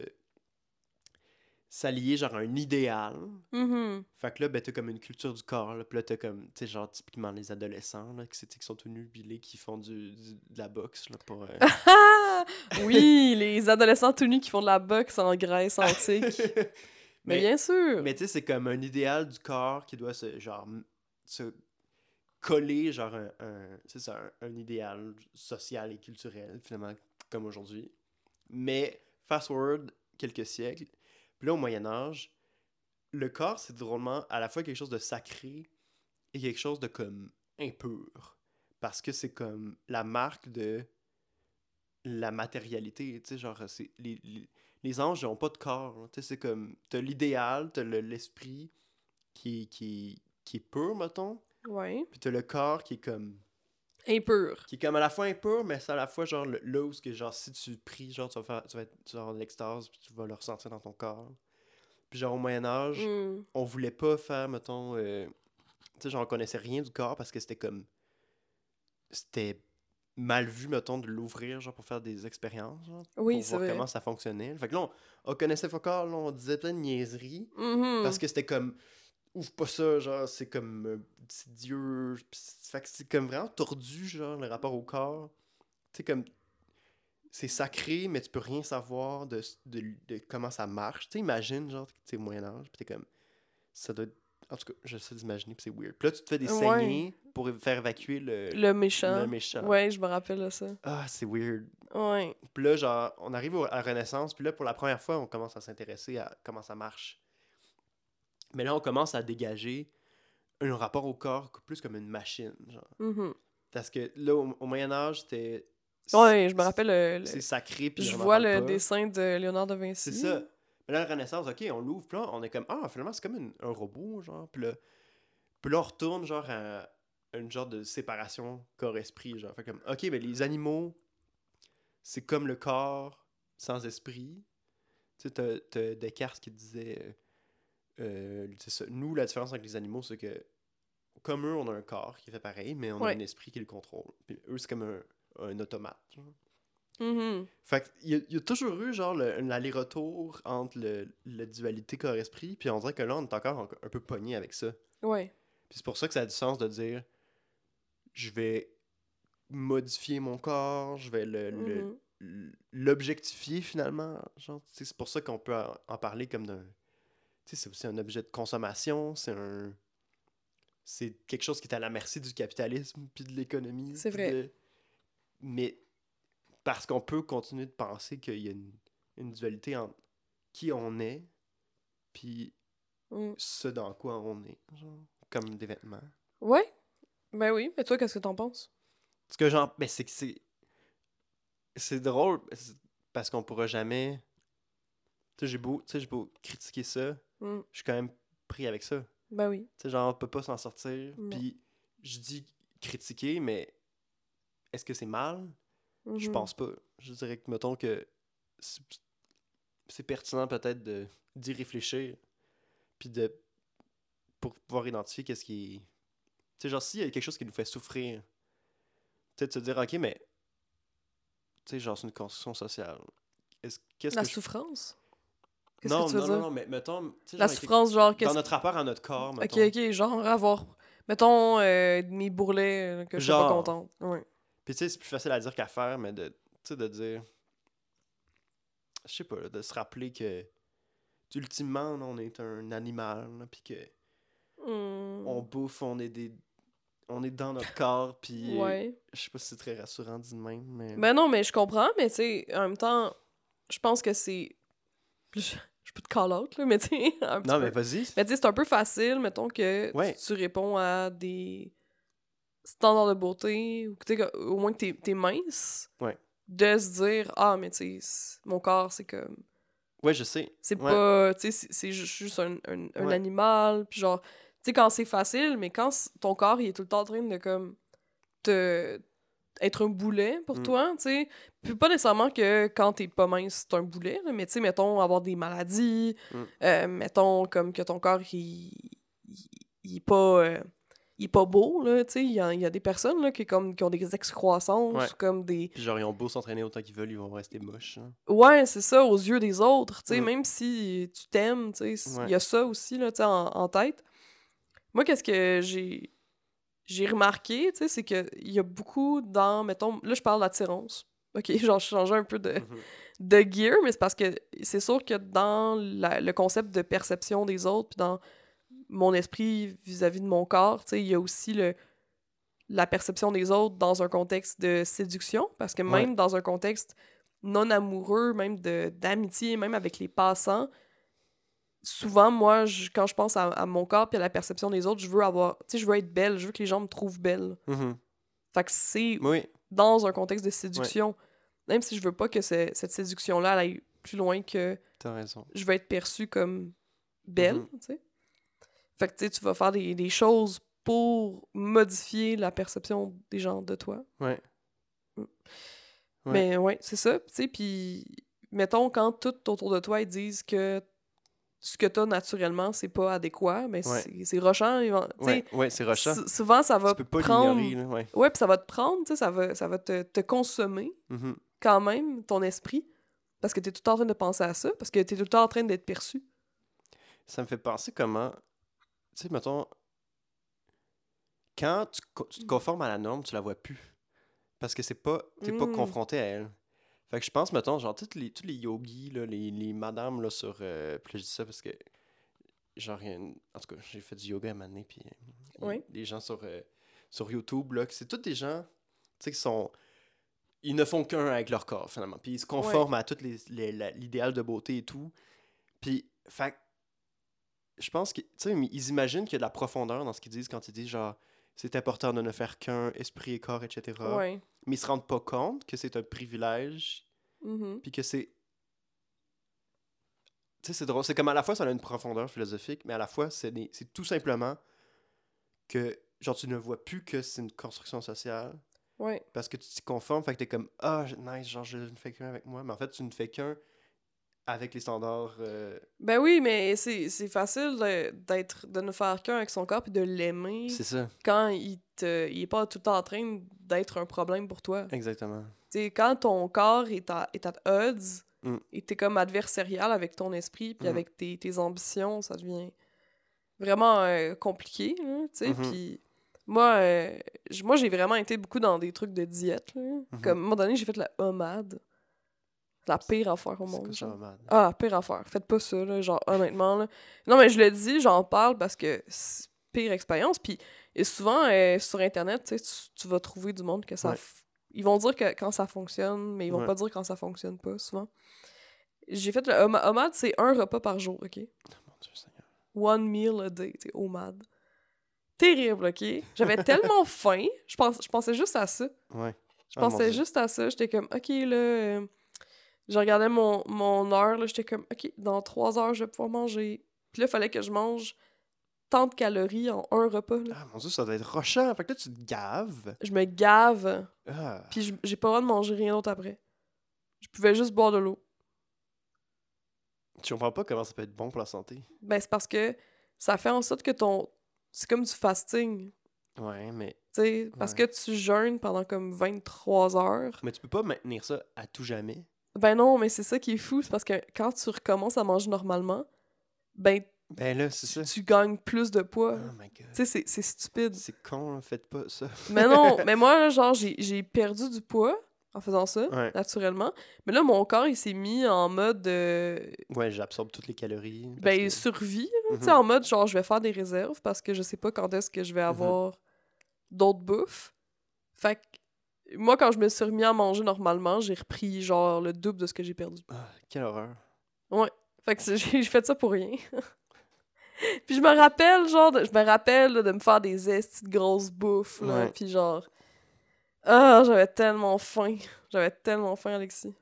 Speaker 2: s'allier, genre, à un idéal.
Speaker 1: Mhm.
Speaker 2: Fait que là, ben, t'as comme une culture du corps, là. Puis là, t'as comme, tu sais, genre, typiquement les adolescents, là, qui, c'est- qui sont tout nubilés, qui font du, du- de la boxe, là, pour... euh,
Speaker 1: Ah! oui, les adolescents tout nus qui font de la boxe en Grèce antique. mais,
Speaker 2: mais,
Speaker 1: bien sûr.
Speaker 2: mais tu sais, c'est comme un idéal du corps qui doit se, genre, m- se coller, genre, un, un- c'est ça, un, un idéal social et culturel, finalement, comme aujourd'hui. Mais, fast forward quelques siècles, puis là, au Moyen-Âge, le corps, c'est drôlement à la fois quelque chose de sacré et quelque chose de, comme, impur. Parce que c'est comme la marque de la matérialité, tu sais, genre, c'est... les- les, les anges n'ont pas de corps. là. Tu sais, c'est comme, t'as l'idéal, t'as le- l'esprit qui, qui, qui est pur, mettons,
Speaker 1: Ouais.
Speaker 2: puis t'as le corps qui est comme,
Speaker 1: Impur.
Speaker 2: qui est comme à la fois impur, mais c'est à la fois genre le, là où ce que genre si tu pries, genre tu vas faire, tu vas être genre de l'extase, puis tu vas le ressentir dans ton corps. Puis genre au Moyen Âge,
Speaker 1: Mm.
Speaker 2: on voulait pas faire, mettons, euh, tu sais, genre on connaissait rien du corps parce que c'était comme, c'était mal vu, mettons, de l'ouvrir, genre pour faire des expériences, genre
Speaker 1: Oui,
Speaker 2: pour
Speaker 1: c'est
Speaker 2: voir
Speaker 1: vrai.
Speaker 2: comment ça fonctionnait. Fait que là, on, on connaissait Focal, là, on disait plein de niaiseries.
Speaker 1: Mhm.
Speaker 2: Parce que c'était comme, ouvre pas ça, genre, c'est comme euh, petit dieu. pis c'est- Fait que c'est comme vraiment tordu, genre, le rapport au corps. Tu sais, comme, c'est sacré, mais tu peux rien savoir de, s- de, de comment ça marche. Tu sais, imagine, genre, t'es au Moyen-Âge, pis t'es comme, ça doit être- En tout cas, j'essaie d'imaginer, pis c'est weird. Puis là, tu te fais des
Speaker 1: Ouais.
Speaker 2: saignées pour faire évacuer le,
Speaker 1: Le méchant.
Speaker 2: le méchant.
Speaker 1: Ouais, je me rappelle de ça.
Speaker 2: Ah, c'est weird.
Speaker 1: Ouais.
Speaker 2: Puis là, genre, on arrive au- à la Renaissance, puis là, pour la première fois, on commence à s'intéresser à comment ça marche. Mais là, on commence à dégager un rapport au corps co- plus comme une machine, genre.
Speaker 1: Mhm.
Speaker 2: Parce que là, au, au Moyen Âge, c'était
Speaker 1: Ouais, je me rappelle. euh, le-
Speaker 2: C'est sacré, puis
Speaker 1: je
Speaker 2: on en
Speaker 1: vois
Speaker 2: parle
Speaker 1: le
Speaker 2: pas.
Speaker 1: dessin de Léonard de Vinci.
Speaker 2: C'est ça. Mais là, la Renaissance, ok, on l'ouvre, puis là, on est comme, ah, finalement, c'est comme une- un robot, genre, puis là, puis là, on retourne, genre, à une genre de séparation corps-esprit, genre, fait comme, ok, mais les animaux, c'est comme le corps sans esprit. Tu sais, t'as- t'as Descartes qui disait, euh, euh, c'est ça, nous, la différence avec les animaux, c'est que, comme eux, on a un corps qui fait pareil, mais on a
Speaker 1: Ouais.
Speaker 2: un esprit qui le contrôle. Puis eux, c'est comme un, un automate, genre.
Speaker 1: Mhm.
Speaker 2: Fait qu'il y, a- il y a toujours eu genre le- un aller-retour entre le, la dualité corps-esprit, puis on dirait que là, on est encore en- un peu pogné avec ça.
Speaker 1: Ouais.
Speaker 2: Puis c'est pour ça que ça a du sens de dire je vais modifier mon corps, je vais le- le-
Speaker 1: Mhm.
Speaker 2: l'objectifier finalement. Genre, tu sais, c'est pour ça qu'on peut en, en parler comme d'un. Tu sais, c'est aussi un objet de consommation, c'est un. C'est quelque chose qui est à la merci du capitalisme puis de l'économie.
Speaker 1: C'est
Speaker 2: puis
Speaker 1: vrai.
Speaker 2: de- Mais parce qu'on peut continuer de penser qu'il y a une, une dualité entre qui on est puis
Speaker 1: Mm.
Speaker 2: ce dans quoi on est, genre, comme des vêtements.
Speaker 1: Ouais. Ben oui. Mais toi, qu'est-ce que t'en penses?
Speaker 2: Ce que j'en. Mais c'est que c'est. C'est drôle c'est- parce qu'on pourra jamais. Tu sais, j'ai beau, tu sais, j'ai beau critiquer ça,
Speaker 1: Mm.
Speaker 2: je suis quand même pris avec ça. Tu
Speaker 1: Ben oui.
Speaker 2: sais, genre, on peut pas s'en sortir.
Speaker 1: Non.
Speaker 2: Puis je dis critiquer, mais est-ce que c'est mal Je
Speaker 1: Mhm.
Speaker 2: pense pas. Je dirais que, mettons que c'est c'est pertinent peut-être de- d'y réfléchir, puis de. pour pouvoir identifier qu'est-ce qui est. Tu sais, genre, s'il y a quelque chose qui nous fait souffrir, peut-être se dire, ok, mais. Tu sais, genre, c'est une construction sociale. Est-ce- Qu'est-ce
Speaker 1: La
Speaker 2: que. je-
Speaker 1: souffrance? Qu'est-ce
Speaker 2: Non,
Speaker 1: que tu veux
Speaker 2: non,
Speaker 1: dire?
Speaker 2: non, non, mais mettons. tu sais,
Speaker 1: La
Speaker 2: genre, il y a quelque-
Speaker 1: souffrance, genre, qu'est-ce
Speaker 2: Dans notre rapport à notre corps, mettons.
Speaker 1: Ok, ok, genre avoir. Mettons euh, mes bourrelets euh, que je suis pas
Speaker 2: Genre.
Speaker 1: contente. Ouais.
Speaker 2: Puis tu sais, c'est plus facile à dire qu'à faire, mais de, tu sais, de dire. Je sais pas, là, de se rappeler que. Ultimement, là, on est un animal, là, puis que.
Speaker 1: Hmm,
Speaker 2: On bouffe, on est des. On est dans notre corps, puis. euh,
Speaker 1: Ouais.
Speaker 2: Je sais pas si c'est très rassurant dit de même, mais.
Speaker 1: Ben non, mais je comprends, mais tu sais, en même temps, je pense que c'est. Je, je peux te call out, là, mais tu sais, un petit
Speaker 2: non,
Speaker 1: peu.
Speaker 2: mais vas-y.
Speaker 1: Mais tu sais, c'est un peu facile, mettons que
Speaker 2: Ouais.
Speaker 1: tu, tu réponds à des standards de beauté, ou que t'es co- au moins que t'es, t'es mince.
Speaker 2: Ouais.
Speaker 1: De se dire, ah, mais tu sais, c'est- mon corps, c'est comme. Ben,
Speaker 2: Ouais, je sais.
Speaker 1: C'est
Speaker 2: Ouais.
Speaker 1: pas. Tu sais, c'est- c'est ju- juste un, un- un
Speaker 2: Ouais.
Speaker 1: animal. Puis genre, tu sais, quand c'est facile, mais quand c- ton corps, il est tout le temps en train de comme. te. être un boulet pour
Speaker 2: Mm.
Speaker 1: toi, tu sais. Puis pas nécessairement que quand t'es pas mince, c'est un boulet, là, mais tu sais, mettons, avoir des maladies,
Speaker 2: Mm.
Speaker 1: euh, mettons, comme que ton corps, il. il, il est pas. euh, il est pas beau, là, tu sais. Il y a, il y a des personnes, là, qui, comme, qui ont des excroissances,
Speaker 2: Ouais.
Speaker 1: ou comme des.
Speaker 2: Puis genre, ils ont beau s'entraîner autant qu'ils veulent, ils vont rester moches. hein.
Speaker 1: Ouais, c'est ça, aux yeux des autres, tu sais,
Speaker 2: Mm.
Speaker 1: même si tu t'aimes, tu sais, c- il
Speaker 2: Ouais.
Speaker 1: y a ça aussi, là, tu sais, en, en tête. Moi, qu'est-ce que j'ai j'ai remarqué, tu sais, c'est qu'il y a beaucoup dans, mettons, là, je parle d'attirance. OK, genre, je changeais un peu de,
Speaker 2: Mhm.
Speaker 1: de gear, mais c'est parce que c'est sûr que dans la- le concept de perception des autres, puis dans mon esprit vis-à-vis de mon corps, tu sais, il y a aussi le, la perception des autres dans un contexte de séduction, parce que même dans un contexte non amoureux, même de- d'amitié, même avec les passants, souvent, moi, je- quand je pense à, à mon corps et à la perception des autres, je veux avoir, tu sais, je veux être belle, je veux que les gens me trouvent belle.
Speaker 2: Mhm.
Speaker 1: Fait que c'est
Speaker 2: Oui.
Speaker 1: dans un contexte de séduction. Même si je veux pas que ce- cette séduction-là elle aille plus loin que
Speaker 2: T'as raison.
Speaker 1: je vais être perçue comme belle,
Speaker 2: Mhm.
Speaker 1: tu sais. Fait que tu sais, tu vas faire des, des choses pour modifier la perception des gens de toi.
Speaker 2: Ouais.
Speaker 1: Mm.
Speaker 2: Ouais.
Speaker 1: Mais ouais, c'est ça, tu sais, puis mettons quand tout autour de toi ils disent que ce que t'as naturellement, c'est pas adéquat, mais
Speaker 2: Ouais.
Speaker 1: c'est- c'est rochant, éven- tu sais,
Speaker 2: Ouais, ouais c'est rochant.
Speaker 1: sou- souvent ça va
Speaker 2: Tu peux pas
Speaker 1: prendre
Speaker 2: l'ignorer, là. Ouais.
Speaker 1: Ouais, puis ça va te prendre, tu sais, ça va, ça va te, te consumer
Speaker 2: Mhm.
Speaker 1: quand même, ton esprit, parce que t'es tout le temps en train de penser à ça, parce que t'es tout le temps en train d'être perçu.
Speaker 2: Ça me fait penser comment, tu sais, mettons, quand tu, co- tu te
Speaker 1: Mm.
Speaker 2: conformes à la norme, tu la vois plus. Parce que c'est pas, t'es pas
Speaker 1: Mm.
Speaker 2: confronté à elle. Fait que je pense, mettons, genre, toutes les, tous les yogis, là, les, les madames, là, sur. euh, puis là, je dis ça parce que, genre, il y a une- en tout cas, j'ai fait du yoga à un moment donné, puis euh, il y a
Speaker 1: Oui.
Speaker 2: des gens sur, euh, sur YouTube, là, que c'est tous des gens, tu sais, qui sont. Ils ne font qu'un avec leur corps, finalement. Puis ils se conforment à toutes les, les- la- l'idéal de beauté et tout. Puis, fait que je pense que, tu sais, mais ils imaginent qu'il y a de la profondeur dans ce qu'ils disent quand ils disent genre, c'est important de ne faire qu'un, esprit et corps, etc.
Speaker 1: Ouais.
Speaker 2: Mais ils se rendent pas compte que c'est un privilège,
Speaker 1: Mhm.
Speaker 2: puis que c'est... Tu sais, c'est drôle. C'est comme à la fois, ça a une profondeur philosophique, mais à la fois, c'est des- c'est tout simplement que, genre, tu ne vois plus que c'est une construction sociale,
Speaker 1: Ouais.
Speaker 2: parce que tu t'y conformes, fait que t'es comme ah je- nice, genre je ne fais qu'un avec moi, mais en fait tu ne fais qu'un avec les standards. euh,
Speaker 1: Ben oui, mais c'est c'est facile de- d'être de ne faire qu'un avec son corps puis de l'aimer
Speaker 2: C'est ça,
Speaker 1: quand il te il est pas tout le temps en train d'être un problème pour toi.
Speaker 2: exactement.
Speaker 1: T'sais, quand ton corps est à, est à odds
Speaker 2: Mm.
Speaker 1: et t'es comme adversarial avec ton esprit puis
Speaker 2: Mm.
Speaker 1: avec tes, tes ambitions, ça devient vraiment euh, compliqué, là, t'sais,
Speaker 2: Mhm.
Speaker 1: puis moi, euh, j- moi j'ai vraiment été beaucoup dans des trucs de diète, là.
Speaker 2: Mm-hmm.
Speaker 1: Comme, à un moment donné, j'ai fait la homade. La pire affaire au
Speaker 2: C'est
Speaker 1: monde.
Speaker 2: quoi ça, oh,
Speaker 1: genre.
Speaker 2: man?
Speaker 1: Ah, pire affaire. Faites pas ça, là, genre, honnêtement. là. Non, mais je le dis, j'en parle parce que c'est pire expérience. Puis et souvent, euh, sur Internet, tu, sais, tu- tu vas trouver du monde que ça.
Speaker 2: Ouais.
Speaker 1: f- Ils vont dire que quand ça fonctionne, mais ils vont
Speaker 2: Ouais.
Speaker 1: pas dire quand ça fonctionne pas, souvent. J'ai fait le homa- homade, c'est un repas par jour, OK?
Speaker 2: Mon Dieu Seigneur.
Speaker 1: One meal a day, tu sais, homade. Terrible, OK? J'avais tellement faim, je, pense, je pensais juste à ça.
Speaker 2: Ouais. Ah,
Speaker 1: Je pensais juste à ça. J'étais comme, OK, là. euh, je regardais mon, mon heure, là. J'étais comme, OK, dans trois heures, je vais pouvoir manger. Puis là, il fallait que je mange tant de calories en un repas. là.
Speaker 2: Ah mon dieu, ça doit être rochant. Fait que là tu te gaves.
Speaker 1: Je me gave,
Speaker 2: Ah.
Speaker 1: puis je- j'ai pas le droit de manger rien d'autre après. Je pouvais juste boire de l'eau.
Speaker 2: Tu comprends pas comment ça peut être bon pour la santé.
Speaker 1: Ben, c'est parce que ça fait en sorte que ton. C'est comme du fasting.
Speaker 2: Ouais, mais
Speaker 1: Tu sais, parce que
Speaker 2: Ouais.
Speaker 1: tu jeûnes pendant comme 23 heures.
Speaker 2: mais tu peux pas maintenir ça à tout jamais.
Speaker 1: Ben non, mais c'est ça qui est fou. C'est parce que quand tu recommences à manger normalement, ben
Speaker 2: Ben là, c'est ça.
Speaker 1: tu, tu gagnes plus de
Speaker 2: Oh
Speaker 1: poids.
Speaker 2: my god.
Speaker 1: Tu sais, c'est- c'est stupide.
Speaker 2: C'est con, là, faites pas ça.
Speaker 1: Mais non, mais moi, là, genre, j'ai j'ai perdu du poids en faisant ça,
Speaker 2: Ouais.
Speaker 1: naturellement. Mais là, mon corps, il s'est mis en mode euh,
Speaker 2: Ouais, j'absorbe toutes les calories. parce
Speaker 1: ben,
Speaker 2: que-
Speaker 1: survie. là. Tu sais,
Speaker 2: Mhm.
Speaker 1: en mode, genre, je vais faire des réserves parce que je sais pas quand est-ce que je vais avoir d'autres bouffes. Fait que moi, quand je me suis remis à manger normalement, j'ai repris, genre, le double de ce que j'ai perdu.
Speaker 2: Ah, quelle horreur.
Speaker 1: Fait que c'est- j'ai j'ai fait ça pour rien. puis je me rappelle, genre, de- je me rappelle là, de me faire des estis de grosses bouffes, là,
Speaker 2: Ouais.
Speaker 1: puis genre... Ah, j'avais tellement faim. J'avais tellement faim, Alexis.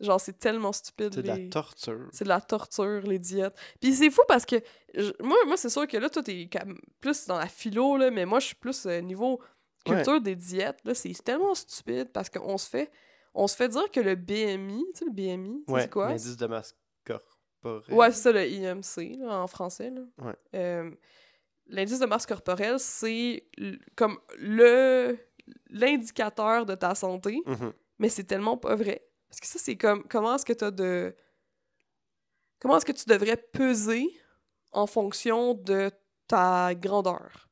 Speaker 1: Genre, c'est tellement stupide.
Speaker 2: C'est de la
Speaker 1: les-
Speaker 2: torture.
Speaker 1: c'est de la torture, les diètes. Puis c'est fou parce que je- moi, moi c'est sûr que là, toi, t'es comme plus dans la philo, là, mais moi, je suis plus euh, niveau culture des diètes. Là, c'est tellement stupide parce qu'on se fait... On se fait dire que le BMI, tu sais, le BMI,
Speaker 2: Ouais,
Speaker 1: c'est quoi?
Speaker 2: l'indice de masse corporelle.
Speaker 1: Ouais, c'est ça, le IMC, là, en français. là.
Speaker 2: Ouais.
Speaker 1: Euh, L'indice de masse corporelle, c'est l- comme le l'indicateur de ta santé,
Speaker 2: Mhm.
Speaker 1: mais c'est tellement pas vrai. Parce que ça, c'est comme, comment est-ce que t'as de... Comment est-ce que tu devrais peser en fonction de ta grandeur?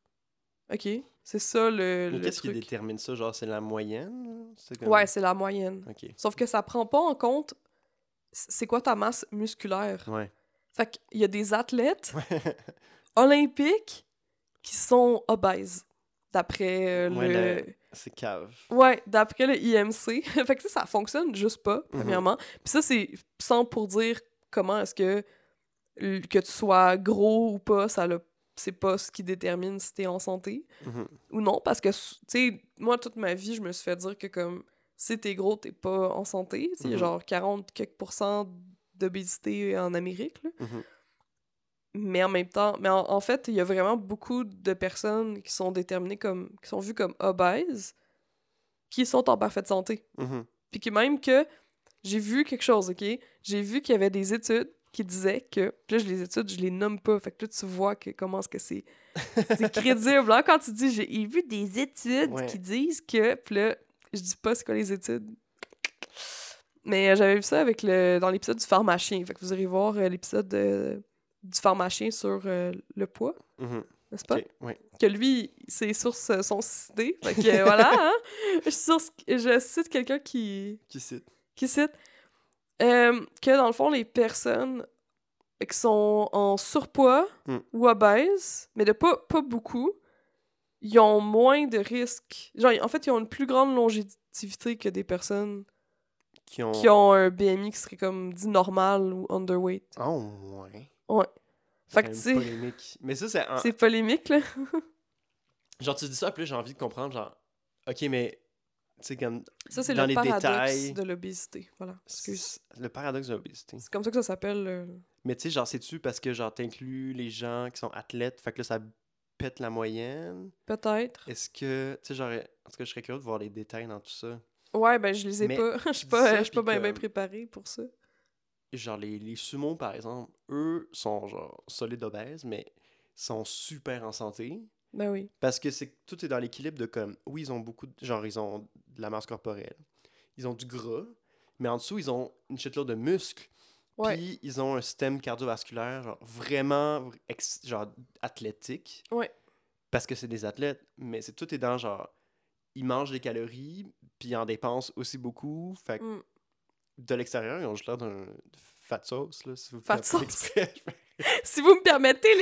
Speaker 1: OK? C'est ça, le,
Speaker 2: Mais
Speaker 1: le
Speaker 2: qu'est-ce qui
Speaker 1: truc.
Speaker 2: détermine ça? Genre, c'est la moyenne? là? C'est comme-
Speaker 1: Ouais, c'est la moyenne.
Speaker 2: OK.
Speaker 1: Sauf que ça prend pas en compte c- c'est quoi ta masse musculaire.
Speaker 2: Ouais.
Speaker 1: Fait qu'il y a des athlètes olympiques qui sont obèses, d'après euh,
Speaker 2: Ouais,
Speaker 1: le...
Speaker 2: c'est cave.
Speaker 1: Ouais, d'après le IMC. fait que ça, ça fonctionne juste pas, premièrement. Puis ça, c'est sans pour dire comment est-ce que l- que tu sois gros ou pas, ça l'a- c'est pas ce qui détermine si t'es en santé
Speaker 2: Mhm.
Speaker 1: ou non, parce que, tu sais, moi, toute ma vie, je me suis fait dire que, comme, si t'es gros, t'es pas en santé. Tu sais, il y a
Speaker 2: Mhm.
Speaker 1: genre 40 quelques pourcents d'obésité en Amérique, là.
Speaker 2: Mhm.
Speaker 1: Mais en même temps, mais en, en fait, il y a vraiment beaucoup de personnes qui sont déterminées comme, qui sont vues comme obèses, qui sont en parfaite santé.
Speaker 2: Mhm.
Speaker 1: Puis que même que j'ai vu quelque chose, OK? J'ai vu qu'il y avait des études qui disaient que... Puis là, je les études, je les nomme pas. Fait que là, tu vois que, comment est-ce que c'est... C'est crédible, hein? Quand tu dis, j'ai j'ai vu des études
Speaker 2: Ouais.
Speaker 1: qui disent que... Puis là, je dis pas c'est quoi les études. Mais euh, j'avais vu ça avec le, dans l'épisode du pharmacien. Fait que vous irez voir euh, l'épisode euh, du pharmacien sur euh, le poids,
Speaker 2: Mhm.
Speaker 1: n'est-ce pas?
Speaker 2: Ok, ouais.
Speaker 1: que lui, ses sources euh, sont citées. Fait que euh, voilà, hein? je, source- je cite quelqu'un qui,
Speaker 2: Qui cite?
Speaker 1: qui cite euh, que dans le fond, les personnes qui sont en surpoids
Speaker 2: Mm.
Speaker 1: ou obèses, mais de pas, pas beaucoup, ils ont moins de risques. Genre, en fait, ils ont une plus grande longévité que des personnes
Speaker 2: Qui ont...
Speaker 1: qui ont un BMI qui serait comme dit normal ou underweight.
Speaker 2: Oh, ouais.
Speaker 1: Fait
Speaker 2: Quand
Speaker 1: que
Speaker 2: même
Speaker 1: tu sais,
Speaker 2: polémique. Mais ça, c'est un...
Speaker 1: c'est polémique, là.
Speaker 2: Genre, tu dis ça, puis là, j'ai envie de comprendre, genre, OK, mais, tu sais, comme,
Speaker 1: Ça, c'est
Speaker 2: Dans
Speaker 1: le
Speaker 2: les
Speaker 1: paradoxe
Speaker 2: détails.
Speaker 1: de l'obésité. Voilà. Excuse.
Speaker 2: c'est le paradoxe de l'obésité.
Speaker 1: C'est comme ça que ça s'appelle. euh,
Speaker 2: Mais tu sais, genre, c'est-tu parce que, genre, t'inclus les gens qui sont athlètes, fait que là, ça pète la moyenne?
Speaker 1: Peut-être.
Speaker 2: Est-ce que, tu sais, genre, en tout cas, je serais curieux de voir les détails dans tout ça.
Speaker 1: Ouais, ben, je les ai
Speaker 2: Mais
Speaker 1: pas. Je suis
Speaker 2: dis
Speaker 1: pas,
Speaker 2: ça,
Speaker 1: je suis pas
Speaker 2: puis
Speaker 1: bien bien
Speaker 2: comme-
Speaker 1: préparée pour ça.
Speaker 2: genre les, les sumos par exemple, eux sont genre solides obèses, mais sont super en santé.
Speaker 1: Ben oui.
Speaker 2: Parce que c'est tout est dans l'équilibre de comme, oui, ils ont beaucoup de, genre, ils ont de la masse corporelle, ils ont du gras, mais en dessous, ils ont une shitload de muscles,
Speaker 1: Ouais.
Speaker 2: puis ils ont un système cardiovasculaire genre, vraiment vr- ex- genre, athlétique.
Speaker 1: Ouais.
Speaker 2: Parce que c'est des athlètes, mais c'est tout est dans genre, ils mangent des calories, puis ils en dépensent aussi beaucoup. Fait que
Speaker 1: Mm.
Speaker 2: de l'extérieur, ils ont juste l'air d'un fat sauce, là, si vous
Speaker 1: Fat
Speaker 2: faites
Speaker 1: sauce.
Speaker 2: l'expression.
Speaker 1: Si vous me permettez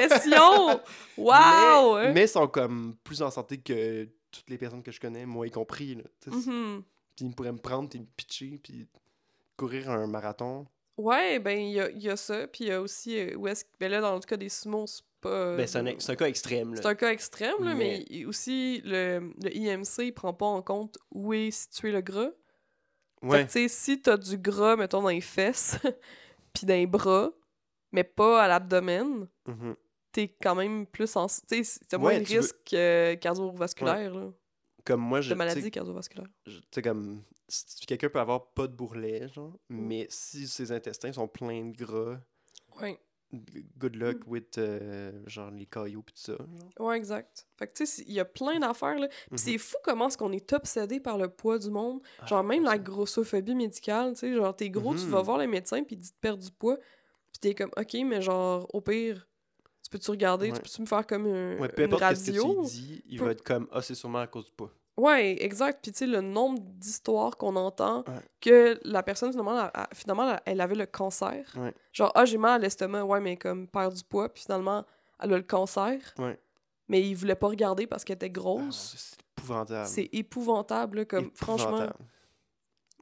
Speaker 1: l'expression! Wow! Hein?
Speaker 2: Mais, mais sont comme plus en santé que toutes les personnes que je connais, moi y compris. Là, tu sais.
Speaker 1: Mhm.
Speaker 2: Puis ils pourraient me prendre, puis me pitcher, puis courir un marathon.
Speaker 1: Ouais, ben, il y a, il y a ça. Puis il y a aussi. euh, où est-ce que. Ben là, dans le cas des sumo, c'est pas.
Speaker 2: ben, c'est un, c'est un cas extrême. Là.
Speaker 1: Euh, C'est un cas extrême, là, mais,
Speaker 2: Mais-
Speaker 1: il- aussi, le, le IMC, il prend pas en compte où est situé le gras. Fait
Speaker 2: Ouais.
Speaker 1: que, tu sais, si t'as du gras, mettons, dans les fesses, puis dans les bras, mais pas à l'abdomen,
Speaker 2: Mhm.
Speaker 1: t'es quand même plus en... Tu sais, t'as moins
Speaker 2: Ouais,
Speaker 1: de
Speaker 2: tu veux-
Speaker 1: risque euh, cardiovasculaire, là,
Speaker 2: Comme moi, je.
Speaker 1: de
Speaker 2: tu sais,
Speaker 1: maladie cardiovasculaire.
Speaker 2: je- Tu sais, comme. si Quelqu'un peut avoir pas de bourrelet, genre,
Speaker 1: Mm.
Speaker 2: mais si ses intestins sont pleins de gras,
Speaker 1: Ouais.
Speaker 2: good luck
Speaker 1: Mm.
Speaker 2: with, euh, genre, les caillots, pis tout ça. genre.
Speaker 1: ouais, exact. Fait que, tu sais, il y a plein d'affaires, là. Puis
Speaker 2: Mhm.
Speaker 1: c'est fou comment est-ce qu'on est obsédé par le poids du monde.
Speaker 2: Ah,
Speaker 1: Genre, même la grossophobie médicale, tu sais, genre, t'es gros, tu
Speaker 2: Mhm.
Speaker 1: vas voir le médecin, puis il dit de perdre du poids, puis t'es comme, OK, mais genre, au pire, tu peux-tu regarder, tu
Speaker 2: Ouais.
Speaker 1: peux-tu me faire comme un,
Speaker 2: Ouais, peu
Speaker 1: une
Speaker 2: importe ce que
Speaker 1: radio?
Speaker 2: tu lui dis, il
Speaker 1: Peu-
Speaker 2: va être comme Ah, c'est sûrement à cause du poids.
Speaker 1: Ouais, exact. Puis tu sais, le nombre d'histoires qu'on entend
Speaker 2: Ouais.
Speaker 1: que la personne, finalement, elle, a- finalement, elle- elle avait le cancer.
Speaker 2: Ouais.
Speaker 1: Genre, ah, j'ai mal à l'estomac, ouais, mais comme perd du poids, puis finalement, elle a le cancer.
Speaker 2: Ouais.
Speaker 1: Mais il voulait pas regarder parce qu'elle était
Speaker 2: Ah, mon Dieu,
Speaker 1: grosse.
Speaker 2: c'est épouvantable.
Speaker 1: Oh, C'est épouvantable, là, comme franchement.
Speaker 2: Ah, Épouvantable.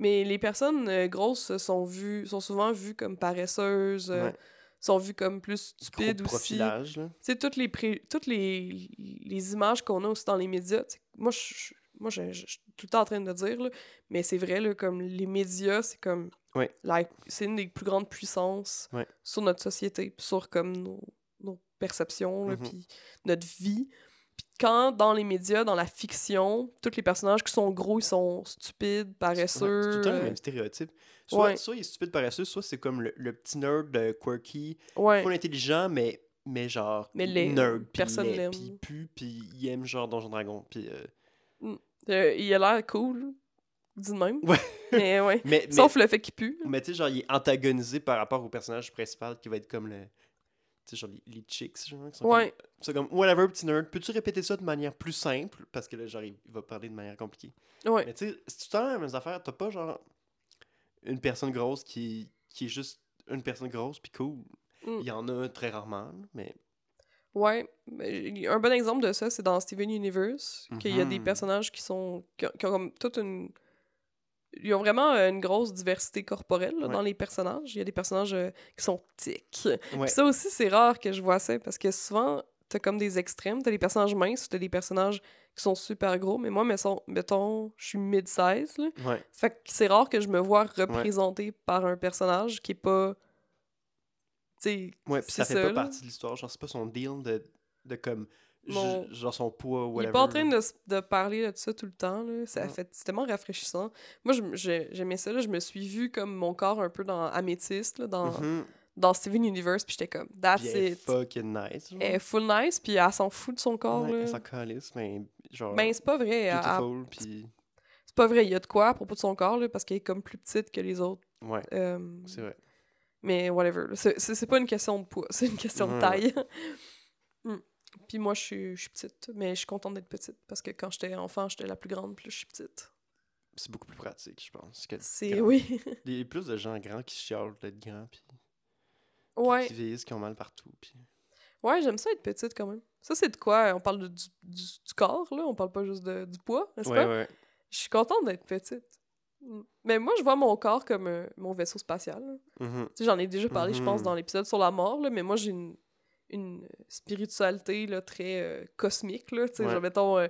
Speaker 1: Mais les personnes euh, grosses sont vues, sont souvent vues comme paresseuses, euh,
Speaker 2: Ouais.
Speaker 1: sont vues comme plus
Speaker 2: Gros
Speaker 1: stupides aussi.
Speaker 2: profilage, là.
Speaker 1: tu sais, toutes les, pré- toutes les, les images qu'on a aussi dans les médias, tu sais, moi, je, je- moi, je, je- je suis tout le temps en train de le dire, là, mais c'est vrai, là, comme les médias, c'est comme...
Speaker 2: Ouais.
Speaker 1: la- c'est une des plus grandes puissances
Speaker 2: Ouais.
Speaker 1: sur notre société, puis sur comme nos, nos perceptions, là,
Speaker 2: Mhm.
Speaker 1: puis notre vie. Puis quand, dans les médias, dans la fiction, tous les personnages qui sont gros, ils sont stupides,
Speaker 2: Ouais, C'est tout le
Speaker 1: paresseux...
Speaker 2: temps le
Speaker 1: euh,
Speaker 2: même stéréotype. Soit,
Speaker 1: ouais.
Speaker 2: soit il est stupide paresseux, soit c'est comme le, le petit nerd euh, quirky,
Speaker 1: ouais.
Speaker 2: full intelligent, mais, mais genre
Speaker 1: Mais laid.
Speaker 2: nerd, puis
Speaker 1: Personne
Speaker 2: laid,
Speaker 1: l'aime.
Speaker 2: puis il pue, puis il aime genre Donjon Dragon. Puis, euh,
Speaker 1: Euh, il a l'air cool, dit de même.
Speaker 2: Ouais.
Speaker 1: Mais ouais.
Speaker 2: Mais, mais,
Speaker 1: Sauf le fait qu'il pue.
Speaker 2: mais tu sais, genre, il est antagonisé par rapport au personnage principal qui va être comme le. Tu sais, genre les, les chicks, genre, qui sont
Speaker 1: Ouais.
Speaker 2: comme, c'est comme whatever, petit nerd, peux-tu répéter ça de manière plus simple? Parce que là, genre, il il va parler de manière compliquée.
Speaker 1: Ouais.
Speaker 2: Mais tu sais, c'est tout le temps la même affaire. T'as pas genre une personne grosse qui, qui est juste une personne grosse puis cool.
Speaker 1: Mm.
Speaker 2: Il y en a très rarement, mais
Speaker 1: Ouais, mais j- un bon exemple de ça, c'est dans Steven Universe, qu'il y a des
Speaker 2: Mhm.
Speaker 1: personnages qui sont qui ont, qui ont comme toute une ils ont vraiment euh, une grosse diversité corporelle là,
Speaker 2: Ouais.
Speaker 1: dans les personnages. Il y a des personnages euh, qui sont tics.
Speaker 2: ouais.
Speaker 1: Puis ça aussi, c'est rare que je vois ça parce que souvent, t'as comme des extrêmes. T'as des personnages minces, t'as des personnages qui sont super gros. Mais moi, mettons, mettons je suis mid-size. là.
Speaker 2: ouais.
Speaker 1: Fait que c'est rare que je me vois représentée par un personnage qui est pas. Tu sais,
Speaker 2: Ouais, puis
Speaker 1: c'est
Speaker 2: ça fait pas
Speaker 1: là.
Speaker 2: partie de l'histoire. Genre, c'est pas son deal de, de comme. ju-
Speaker 1: Non.
Speaker 2: Genre son poids ou
Speaker 1: Il
Speaker 2: whatever. Ah.
Speaker 1: est pas en train de, s- de parler de ça tout le temps. Là. Ça
Speaker 2: Non.
Speaker 1: fait, c'est tellement rafraîchissant. Moi, je- je- j'aimais ça. Là. Je me suis vue comme mon corps un peu dans Améthyste, là, dans,
Speaker 2: Mhm.
Speaker 1: dans Steven Universe, puis j'étais comme, that's
Speaker 2: Puis elle est
Speaker 1: it.
Speaker 2: fucking nice. Genre.
Speaker 1: Ah, Elle est full nice, puis elle s'en fout de son corps.
Speaker 2: Ouais,
Speaker 1: là.
Speaker 2: elle s'en calisse, mais genre.
Speaker 1: Ben, c'est pas vrai. elle- elle-
Speaker 2: beautiful, puis.
Speaker 1: c'est pas vrai. Il y a de quoi à propos de son corps, là, parce qu'elle est comme plus petite que les autres.
Speaker 2: Ouais,
Speaker 1: euh,
Speaker 2: c'est vrai.
Speaker 1: mais whatever. là. C'est, c'est, c'est pas une question de poids, c'est une question de
Speaker 2: Ouais,
Speaker 1: taille. Mm. Puis moi, je suis, je suis petite, mais je suis contente d'être petite, parce que quand j'étais enfant, j'étais la plus grande, puis là, je suis petite.
Speaker 2: C'est beaucoup plus pratique, je pense. Que
Speaker 1: C'est,
Speaker 2: Grave.
Speaker 1: oui.
Speaker 2: il y a plus de gens grands qui chialent d'être grands, puis puis
Speaker 1: ouais.
Speaker 2: qui vieillissent, qui ont mal partout. Puis...
Speaker 1: Ouais, j'aime ça être petite quand même. Ça, c'est de quoi? On parle de- du, du, du corps, là. On parle pas juste de- du poids, n'est-ce
Speaker 2: Ouais,
Speaker 1: pas?
Speaker 2: ouais.
Speaker 1: Je suis contente d'être petite. Mm. Mais moi, je vois mon corps comme euh, mon vaisseau spatial. là.
Speaker 2: Mhm.
Speaker 1: Tu sais, j'en ai déjà parlé, je pense,
Speaker 2: Mhm.
Speaker 1: dans l'épisode sur la mort, là, mais moi, j'ai une, une spiritualité là, très euh, cosmique. Là, tu sais,
Speaker 2: Ouais.
Speaker 1: genre, mettons, euh,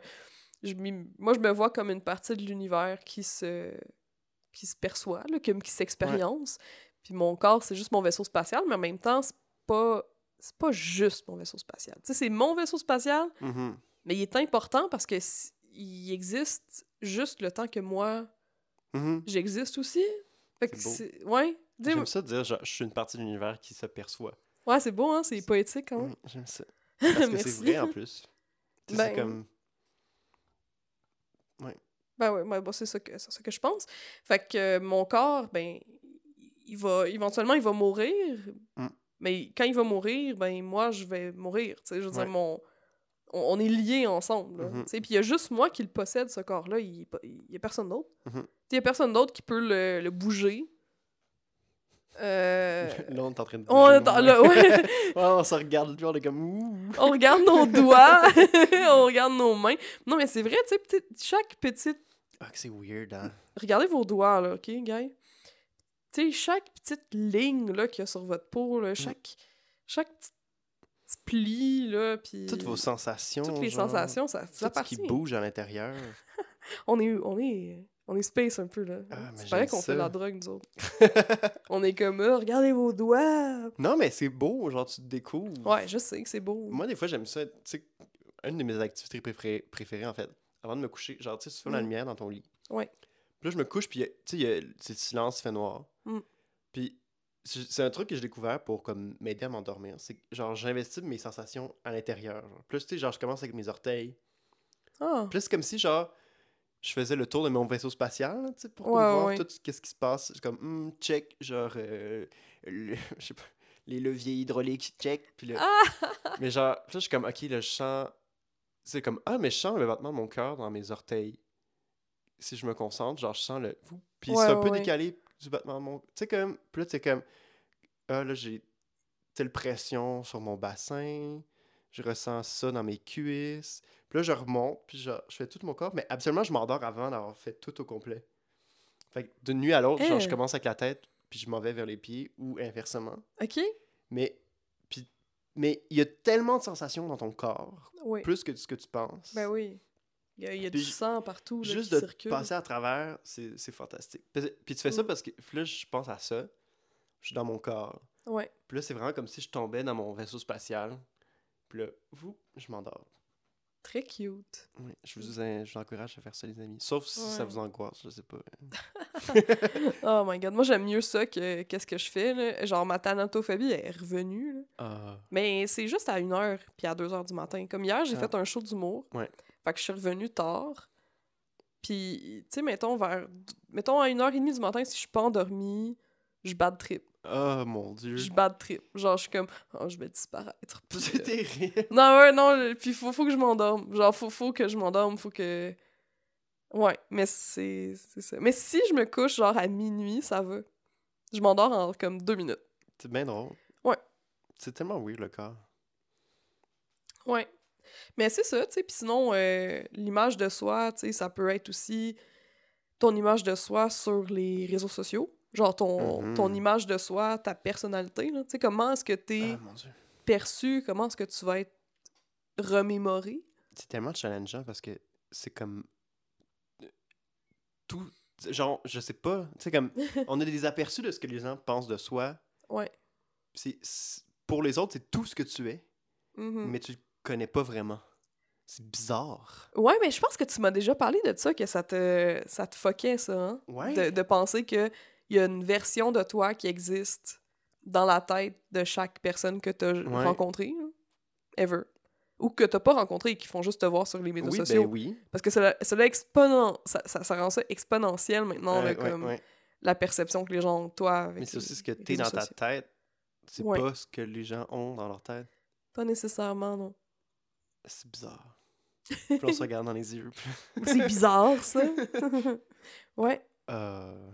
Speaker 1: je m'im- moi, je me vois comme une partie de l'univers qui se, qui se perçoit, là, comme qui s'expérience. Puis mon corps, c'est juste mon vaisseau spatial, mais en même temps, c'est pas, c'est pas juste mon vaisseau spatial. Tu sais, c'est mon vaisseau spatial,
Speaker 2: Mhm.
Speaker 1: mais il est important parce que s- il existe juste le temps que moi,
Speaker 2: Mhm.
Speaker 1: j'existe aussi. Fait que
Speaker 2: C'est
Speaker 1: c'est... Ouais. Tu sais,
Speaker 2: J'aime ça dire, genre, je suis une partie de l'univers qui se perçoit.
Speaker 1: Ouais, c'est beau, hein? C'est poétique, quand même.
Speaker 2: Mm, J'aime ça. Parce que c'est
Speaker 1: Merci.
Speaker 2: vrai en plus. Tu sais,
Speaker 1: Ben,
Speaker 2: C'est comme.
Speaker 1: Ben ouais, ouais, bon, c'est ça que, c'est ça que je pense. Fait que euh, mon corps, ben, il va, éventuellement, il va mourir.
Speaker 2: Mm.
Speaker 1: Mais quand il va mourir, ben, moi, je vais mourir. Tu sais, je veux
Speaker 2: Ouais.
Speaker 1: dire, mon. On, on est liés ensemble. là,
Speaker 2: Mhm.
Speaker 1: tu sais. Puis il y a juste moi qui le possède, ce corps-là. Il n'y a personne d'autre.
Speaker 2: Mhm.
Speaker 1: Tu sais, Il n'y a personne d'autre qui peut le, le bouger. Euh,
Speaker 2: Là, on est en train de.
Speaker 1: on,
Speaker 2: bouger,
Speaker 1: attend-
Speaker 2: ouais.
Speaker 1: là, ouais.
Speaker 2: Ouais, on se regarde, puis on est comme. Ouh.
Speaker 1: on regarde nos doigts, on regarde nos mains. Non, mais c'est vrai, tu sais, petit- chaque petite.
Speaker 2: Ah, que c'est weird, hein.
Speaker 1: Regardez vos doigts, là, OK, gars? Tu sais, chaque petite ligne, là, qu'il y a sur votre peau,
Speaker 2: Mm.
Speaker 1: là, chaque, chaque petit, petit pli, là, puis.
Speaker 2: Toutes vos sensations.
Speaker 1: Toutes les
Speaker 2: genre,
Speaker 1: sensations, ça
Speaker 2: tout
Speaker 1: vous appartient.
Speaker 2: ce qui bouge à l'intérieur.
Speaker 1: On est, on est, on est space un peu, là.
Speaker 2: Ah, mais
Speaker 1: c'est pareil
Speaker 2: j'aime
Speaker 1: qu'on
Speaker 2: ça.
Speaker 1: fait de la drogue, nous autres. on est comme, Ah, regardez vos doigts!
Speaker 2: non, mais c'est beau, genre, tu te découvres.
Speaker 1: Ouais, je sais que c'est beau.
Speaker 2: Moi, des fois, j'aime ça. Tu sais, une de mes activités préférées, préférées, en fait, avant de me coucher, genre, tu sais, tu fermes la
Speaker 1: Mm.
Speaker 2: lumière dans ton lit.
Speaker 1: Ouais.
Speaker 2: Puis là, je me couche, puis, tu sais, il y a- c'est le silence, il fait noir.
Speaker 1: Mm.
Speaker 2: Puis, c'est c'est un truc que j'ai découvert pour comme m'aider à m'endormir. C'est que, genre, j'investis mes sensations à l'intérieur. genre. Plus, tu sais, genre, je commence avec mes orteils.
Speaker 1: Ah,
Speaker 2: Plus, comme si, genre, je faisais le tour de mon vaisseau spatial, là, tu sais, pour
Speaker 1: Ouais,
Speaker 2: comme voir
Speaker 1: ouais.
Speaker 2: tout ce qui se passe. C'est comme, Hmm, check, genre, euh, le- je sais pas, les leviers hydrauliques, check. Puis là,
Speaker 1: Ah!
Speaker 2: mais genre, là, je suis comme, ok, là, je sens. C'est comme, ah, mais je sens le battement de mon cœur dans mes orteils. Si je me concentre, genre, je sens le. Ouh. Puis
Speaker 1: Ouais,
Speaker 2: c'est un
Speaker 1: ouais,
Speaker 2: peu
Speaker 1: ouais.
Speaker 2: décalé du battement de mon. Tu sais, comme. Puis là, t'es comme, ah, là, j'ai telle pression sur mon bassin. Je ressens ça dans mes cuisses. Puis là, je remonte, puis genre, je fais tout mon corps. Mais absolument, je m'endors avant d'avoir fait tout au complet. Fait que d'une nuit à l'autre, genre, je
Speaker 1: Eh.
Speaker 2: commence avec la tête, puis je m'en vais vers les pieds, ou inversement.
Speaker 1: ok?
Speaker 2: Mais puis- mais il y a tellement de sensations dans ton corps,
Speaker 1: Oui.
Speaker 2: plus que ce que tu penses.
Speaker 1: Ben oui. Il y a, il y a
Speaker 2: Puis
Speaker 1: du sang partout, là,
Speaker 2: Juste
Speaker 1: qui
Speaker 2: de
Speaker 1: circule.
Speaker 2: passer à travers, c'est c'est fantastique. Puis puis tu fais ça
Speaker 1: Mm.
Speaker 2: parce que puis là, je pense à ça. Je suis dans mon corps.
Speaker 1: Ouais.
Speaker 2: Puis là, c'est vraiment comme si je tombais dans mon vaisseau spatial. Puis là, vous, je m'endors.
Speaker 1: Très cute.
Speaker 2: Oui, je, vous, en- je vous encourage à faire ça, les amis. Sauf si ça
Speaker 1: Mm. Ouais.
Speaker 2: vous angoisse, je sais pas.
Speaker 1: Oh my god, moi j'aime mieux ça que qu'est-ce que je fais. Là. Genre ma thanatophobie est revenue. là.
Speaker 2: Ah,
Speaker 1: Mais c'est juste à 1h puis à 2h du matin. Comme hier, j'ai
Speaker 2: Ah.
Speaker 1: fait un show d'humour.
Speaker 2: Ouais.
Speaker 1: Fait que je suis revenue tard. Puis, tu sais, mettons vers. Mettons à 1h30 du matin, si je suis pas endormie, je bad trip.
Speaker 2: Ah, mon dieu.
Speaker 1: Je bad trip. Genre, je suis comme, oh, je vais disparaître. Puis,
Speaker 2: C'est
Speaker 1: euh,
Speaker 2: terrible.
Speaker 1: Non, ouais, non, le- puis faut, faut que je m'endorme. Genre, faut, faut que je m'endorme, faut que. Ouais, mais c'est c'est ça. Mais si je me couche, genre, à minuit, ça va. Je m'endors en comme deux minutes.
Speaker 2: C'est bien drôle.
Speaker 1: Ouais.
Speaker 2: C'est tellement weird, le corps.
Speaker 1: Ouais. Mais c'est ça, tu sais. Puis sinon, euh, l'image de soi, tu sais, ça peut être aussi ton image de soi sur les réseaux sociaux. Genre, ton,
Speaker 2: Mhm.
Speaker 1: ton image de soi, ta personnalité, là. Tu sais, comment est-ce que t'es
Speaker 2: Ah, mon dieu.
Speaker 1: perçu, comment est-ce que tu vas être remémoré.
Speaker 2: c'est tellement challengeant parce que c'est comme euh, tout genre je sais pas tu sais comme on a des aperçus de ce que les gens pensent de soi
Speaker 1: Ouais.
Speaker 2: c'est c'est- pour les autres c'est tout ce que tu es
Speaker 1: Mhm.
Speaker 2: mais tu le connais pas vraiment c'est bizarre
Speaker 1: Ouais, mais je pense que tu m'as déjà parlé de ça, que ça te, ça te foquait, ça, hein?
Speaker 2: ouais
Speaker 1: De, de penser qu'il y a une version de toi qui existe dans la tête de chaque personne que tu as
Speaker 2: Ouais.
Speaker 1: rencontrée, hein, ever. Ou que t'as pas rencontré et qui font juste te voir sur les médias
Speaker 2: oui
Speaker 1: sociaux.
Speaker 2: ben oui
Speaker 1: Parce que cela, cela, exponen- ça, ça, ça rend ça exponentiel maintenant,
Speaker 2: Euh,
Speaker 1: là,
Speaker 2: ouais,
Speaker 1: comme
Speaker 2: ouais.
Speaker 1: la perception que les gens ont de toi. Avec
Speaker 2: mais c'est
Speaker 1: les
Speaker 2: aussi ce que t'es
Speaker 1: réseaux
Speaker 2: dans ta
Speaker 1: sociaux.
Speaker 2: tête c'est
Speaker 1: Ouais.
Speaker 2: pas ce que les gens ont dans leur tête
Speaker 1: Pas nécessairement, non.
Speaker 2: c'est bizarre puis on se regarde dans les yeux
Speaker 1: C'est bizarre, ça. ouais.
Speaker 2: Euh,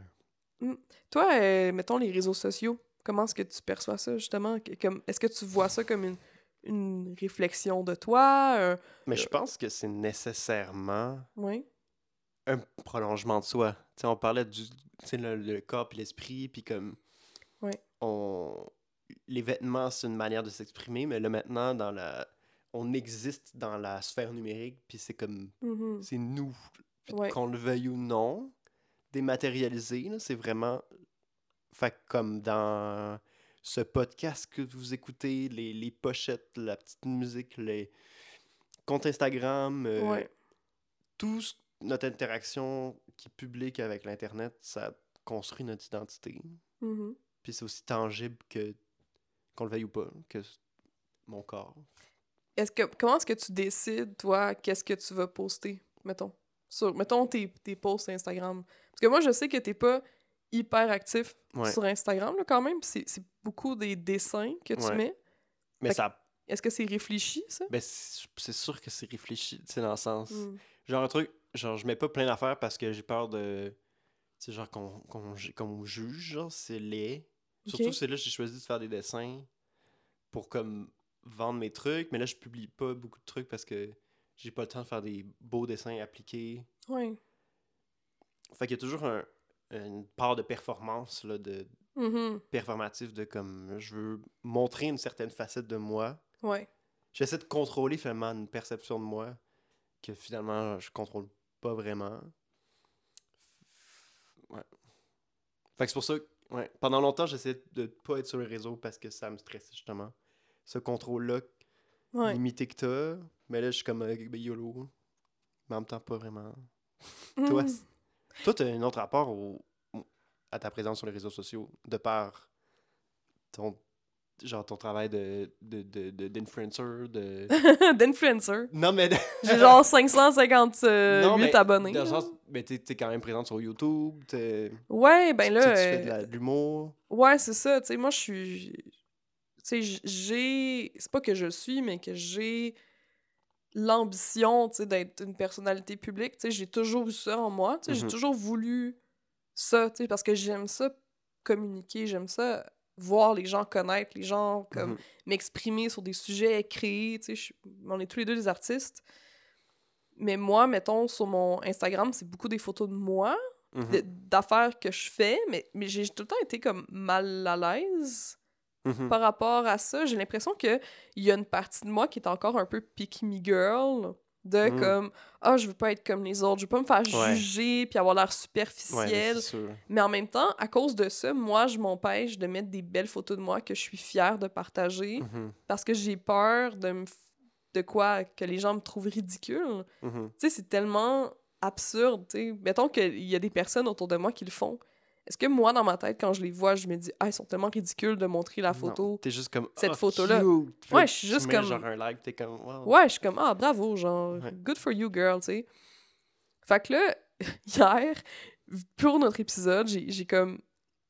Speaker 1: Toi, euh, mettons les réseaux sociaux, comment est-ce que tu perçois ça, justement? Que- Comme, est-ce que tu vois ça comme une, une réflexion de toi? un-
Speaker 2: mais je
Speaker 1: Euh.
Speaker 2: pense que c'est nécessairement
Speaker 1: Ouais.
Speaker 2: un prolongement de soi. Tu sais, on parlait du tu sais, le, le corps puis l'esprit, puis comme
Speaker 1: Ouais.
Speaker 2: on les vêtements, c'est une manière de s'exprimer, mais là, maintenant, dans la... on existe dans la sphère numérique, puis c'est comme...
Speaker 1: Mhm.
Speaker 2: C'est nous, puis
Speaker 1: Ouais.
Speaker 2: qu'on le veuille ou non. Dématérialisé, là, c'est vraiment... Fait que comme dans ce podcast que vous écoutez, les, les pochettes, la petite musique, les comptes Instagram, euh,
Speaker 1: Ouais.
Speaker 2: tout ce- notre interaction qui est publique avec l'Internet, ça construit notre identité.
Speaker 1: Mhm.
Speaker 2: Puis c'est aussi tangible que qu'on le veuille ou pas, que s- mon corps.
Speaker 1: Est-ce que comment est-ce que tu décides toi qu'est-ce que tu vas poster mettons sur mettons tes, tes posts Instagram parce que moi je sais que t'es pas hyper actif
Speaker 2: Ouais.
Speaker 1: sur Instagram là, quand même puis c'est c'est beaucoup des dessins que tu
Speaker 2: Ouais.
Speaker 1: mets
Speaker 2: Mais
Speaker 1: Fait
Speaker 2: ça,
Speaker 1: est-ce que c'est réfléchi ça
Speaker 2: ben, c'est c'est sûr que c'est réfléchi, tu sais, dans le sens.
Speaker 1: Mm.
Speaker 2: Genre un truc, genre je mets pas plein d'affaires parce que j'ai peur de. Tu sais, genre qu'on qu'on ju- qu'on me juge, genre c'est laid.
Speaker 1: Ok.
Speaker 2: Surtout, c'est là que j'ai choisi de faire des dessins pour comme vendre mes trucs, mais là je publie pas beaucoup de trucs parce que j'ai pas le temps de faire des beaux dessins appliqués.
Speaker 1: ouais
Speaker 2: Fait qu'il y a toujours un- une part de performance, là, de
Speaker 1: Mhm.
Speaker 2: performatif, de comme je veux montrer une certaine facette de moi.
Speaker 1: ouais
Speaker 2: J'essaie de contrôler finalement une perception de moi que finalement je contrôle pas vraiment. Ouais. Fait que c'est pour ça que ouais. pendant longtemps j'essayais de pas être sur les réseaux parce que ça me stressait justement. Ce contrôle-là
Speaker 1: ouais
Speaker 2: limité que t'as. Mais là je suis comme euh, ben, YOLO. Mais en même temps pas vraiment.
Speaker 1: Mhm.
Speaker 2: Toi, c- toi, t'as un autre rapport au- au- à ta présence sur les réseaux sociaux de par ton genre ton travail de de- de- de- d'influencer, de,
Speaker 1: d'influencer
Speaker 2: non mais de-
Speaker 1: j'ai genre 558
Speaker 2: non, mais
Speaker 1: euh, abonnés
Speaker 2: Dans le
Speaker 1: là.
Speaker 2: sens, mais t'es t'es quand même présente sur YouTube, t'es-
Speaker 1: ouais ben
Speaker 2: tu,
Speaker 1: là
Speaker 2: tu fais de
Speaker 1: euh,
Speaker 2: la- de l'humour.
Speaker 1: Ouais, c'est ça. Tu sais, moi, je suis. j'ai- Tu sais, j- j'ai. C'est pas que je suis, mais que j'ai l'ambition, tu sais, d'être une personnalité publique. Tu sais, j'ai toujours eu ça en moi. Tu sais, j'ai
Speaker 2: Mhm.
Speaker 1: toujours voulu ça, tu sais, parce que j'aime ça communiquer, j'aime ça voir les gens connaître, les gens comme
Speaker 2: Mhm.
Speaker 1: m'exprimer sur des sujets, créer, tu sais, je suis- on est tous les deux des artistes. Mais moi, mettons, sur mon Instagram, c'est beaucoup des photos de moi,
Speaker 2: Mhm.
Speaker 1: de- d'affaires que je fais, mais, mais j'ai tout le temps été comme mal à l'aise
Speaker 2: Mhm.
Speaker 1: par rapport à ça. J'ai l'impression qu'il y a une partie de moi qui est encore un peu pick me girl, de
Speaker 2: Mm.
Speaker 1: comme « Ah, je veux pas être comme les autres, je veux pas me faire
Speaker 2: Ouais.
Speaker 1: juger puis avoir l'air
Speaker 2: Ouais, mais
Speaker 1: superficielle.
Speaker 2: c'est sûr.
Speaker 1: Mais en même temps, à cause de ça, moi, je m'empêche de mettre des belles photos de moi que je suis fière de partager
Speaker 2: Mhm.
Speaker 1: parce que j'ai peur de me f- de quoi que les gens me trouvent ridicule
Speaker 2: Mhm.
Speaker 1: tu sais, c'est tellement absurde, tu sais. Mettons qu'il y a des personnes autour de moi qui le font. Est-ce que moi, dans ma tête, quand je les vois, je me dis « Ah, ils sont tellement ridicules de montrer la
Speaker 2: Non,
Speaker 1: photo.
Speaker 2: T'es juste comme
Speaker 1: cette
Speaker 2: Ah,
Speaker 1: photo-là.
Speaker 2: cute. Puis là,
Speaker 1: Ouais, je suis
Speaker 2: tu
Speaker 1: juste
Speaker 2: mets
Speaker 1: comme-
Speaker 2: genre un like, t'es comme wow.
Speaker 1: Ouais, je suis comme « Ah, bravo, genre,
Speaker 2: Ouais.
Speaker 1: good for you, girl », tu sais. Fait que là, hier, pour notre épisode, j'ai j'ai comme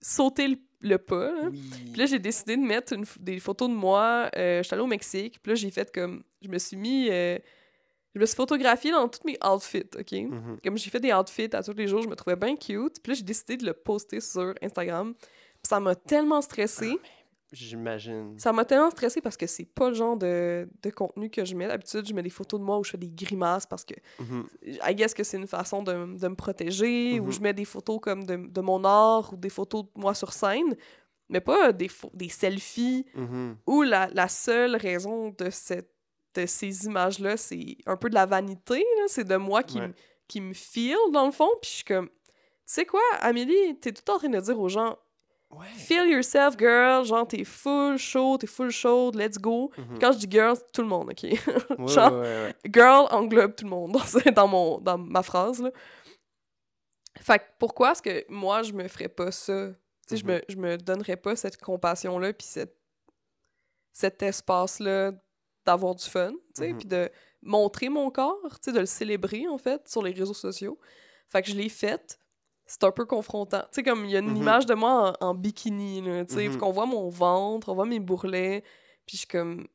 Speaker 1: sauté le, le pas, là.
Speaker 2: Oui.
Speaker 1: hein. Puis là, j'ai décidé de mettre une ph- des photos de moi. Euh, J'étais allée au Mexique, puis là, j'ai fait comme... Je me suis mis... euh, je me suis photographiée dans tous mes outfits, OK?
Speaker 2: Mhm.
Speaker 1: Comme j'ai fait des outfits à tous les jours, je me trouvais bien cute. Puis là, j'ai décidé de le poster sur Instagram. Puis ça m'a tellement stressée.
Speaker 2: J'imagine.
Speaker 1: Ça m'a tellement stressée parce que c'est pas le genre de, de contenu que je mets. D'habitude, je mets des photos de moi où je fais des grimaces parce que
Speaker 2: Mhm.
Speaker 1: I guess que c'est une façon de, m- de me protéger,
Speaker 2: Mhm.
Speaker 1: ou je mets des photos comme de, de mon art ou des photos de moi sur scène, mais pas des, pho- des selfies
Speaker 2: Mhm.
Speaker 1: où la, la seule raison de, cette, de ces images-là, c'est un peu de la vanité, là, c'est de moi qui,
Speaker 2: Ouais.
Speaker 1: me- qui me feel dans le fond, puis je suis comme, tu sais quoi, Amélie, t'es tout le temps en train de dire aux gens,
Speaker 2: Ouais.
Speaker 1: feel yourself, girl, genre t'es full chaud, t'es full chaude, let's go.
Speaker 2: Mhm.
Speaker 1: Quand je dis girl, c'est tout le monde, ok?
Speaker 2: Ouais,
Speaker 1: genre-
Speaker 2: ouais, ouais, ouais.
Speaker 1: girl englobe tout le monde dans, ce- dans mon, dans ma phrase. Là. Fait que pourquoi est-ce que moi, je me ferais pas ça? Tu sais, je,
Speaker 2: Mhm.
Speaker 1: me, je me donnerais pas cette compassion-là, puis cette, cet espace-là d'avoir du fun, tu sais,
Speaker 2: Mhm.
Speaker 1: puis de montrer mon corps, tu sais, de le célébrer, en fait, sur les réseaux sociaux. Fait que je l'ai faite. C'est un peu confrontant. Tu sais, comme il y a une
Speaker 2: Mhm.
Speaker 1: image de moi en, en bikini, là, tu sais,
Speaker 2: Mhm.
Speaker 1: qu'on voit mon ventre, on voit mes bourrelets, puis je suis comme...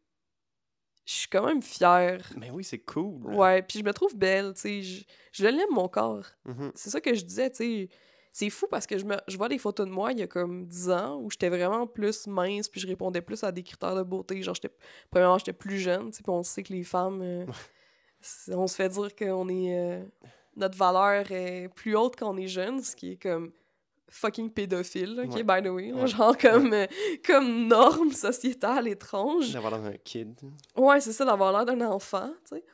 Speaker 1: Je suis quand même fière
Speaker 2: Mais oui, c'est cool.
Speaker 1: Ouais, puis je me trouve belle, tu sais, je, je l'aime mon corps.
Speaker 2: Mhm.
Speaker 1: C'est ça que je disais, tu sais, c'est fou parce que je, me, je vois des photos de moi il y a comme 10 ans où j'étais vraiment plus mince, puis je répondais plus à des critères de beauté, genre j'étais premièrement j'étais plus jeune, tu sais, puis on sait que les femmes euh, c'est- on se fait dire qu'on est euh, notre valeur est plus haute quand on est jeune, ce qui est comme fucking pédophile, là, qui
Speaker 2: Ouais.
Speaker 1: est by the way, là,
Speaker 2: Ouais.
Speaker 1: genre comme, euh, comme norme sociétale étrange.
Speaker 2: D'avoir l'air d'un kid.
Speaker 1: Ouais, c'est ça, d'avoir l'air d'un enfant, tu sais.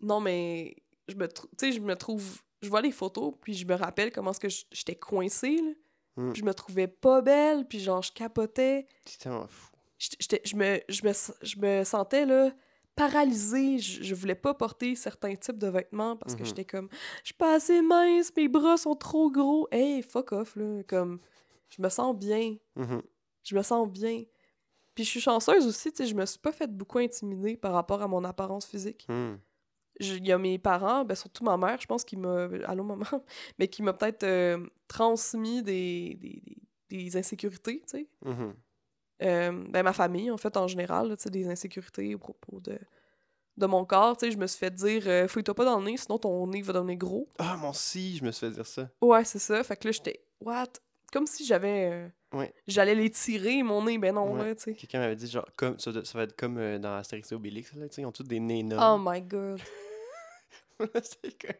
Speaker 1: Non, mais je me, trou- tu sais, je me trouve... Je vois les photos, puis je me rappelle comment est-ce que j- j'étais coincée, là.
Speaker 2: Mm.
Speaker 1: Puis je me trouvais pas belle, puis genre, je capotais.
Speaker 2: C'est tellement fou.
Speaker 1: J'étais- j'étais- Je me, je, me, s- je me sentais, là, paralysée. Je, je voulais pas porter certains types de vêtements parce que
Speaker 2: Mhm.
Speaker 1: j'étais comme... Je suis pas assez mince, mes bras sont trop gros. Hey, fuck off, là. Comme, je me sens bien
Speaker 2: Mhm.
Speaker 1: je me sens bien. Puis je suis chanceuse aussi, tu sais, je me suis pas faite beaucoup intimider par rapport à mon apparence physique.
Speaker 2: Mhm.
Speaker 1: Je- Il y a mes parents, ben surtout ma mère, je pense qu'il m'a... euh, Allô, maman? Mais qui m'a peut-être euh, transmis des, des, des- des insécurités, tu sais.
Speaker 2: Mhm.
Speaker 1: Euh, ben ma famille, en fait, en général, là, tu sais, des insécurités au propos de, de mon corps, tu sais. Je me suis fait dire euh, « Fouille-toi pas dans le nez, sinon ton nez va devenir gros.
Speaker 2: Ah, mon si, je me suis fait dire ça. »
Speaker 1: Ouais, c'est ça. Fait que là, j'étais « What? » Comme si j'avais... euh,
Speaker 2: Ouais.
Speaker 1: J'allais les tirer, mon nez, ben non,
Speaker 2: Ouais.
Speaker 1: là, tu sais.
Speaker 2: Quelqu'un m'avait dit, genre, comme, ça, doit- ça va être comme euh, dans Astérix et Obélix, là, tu sais, ils ont tous des nez
Speaker 1: Oh
Speaker 2: énormes.
Speaker 1: my God.
Speaker 2: C'est que-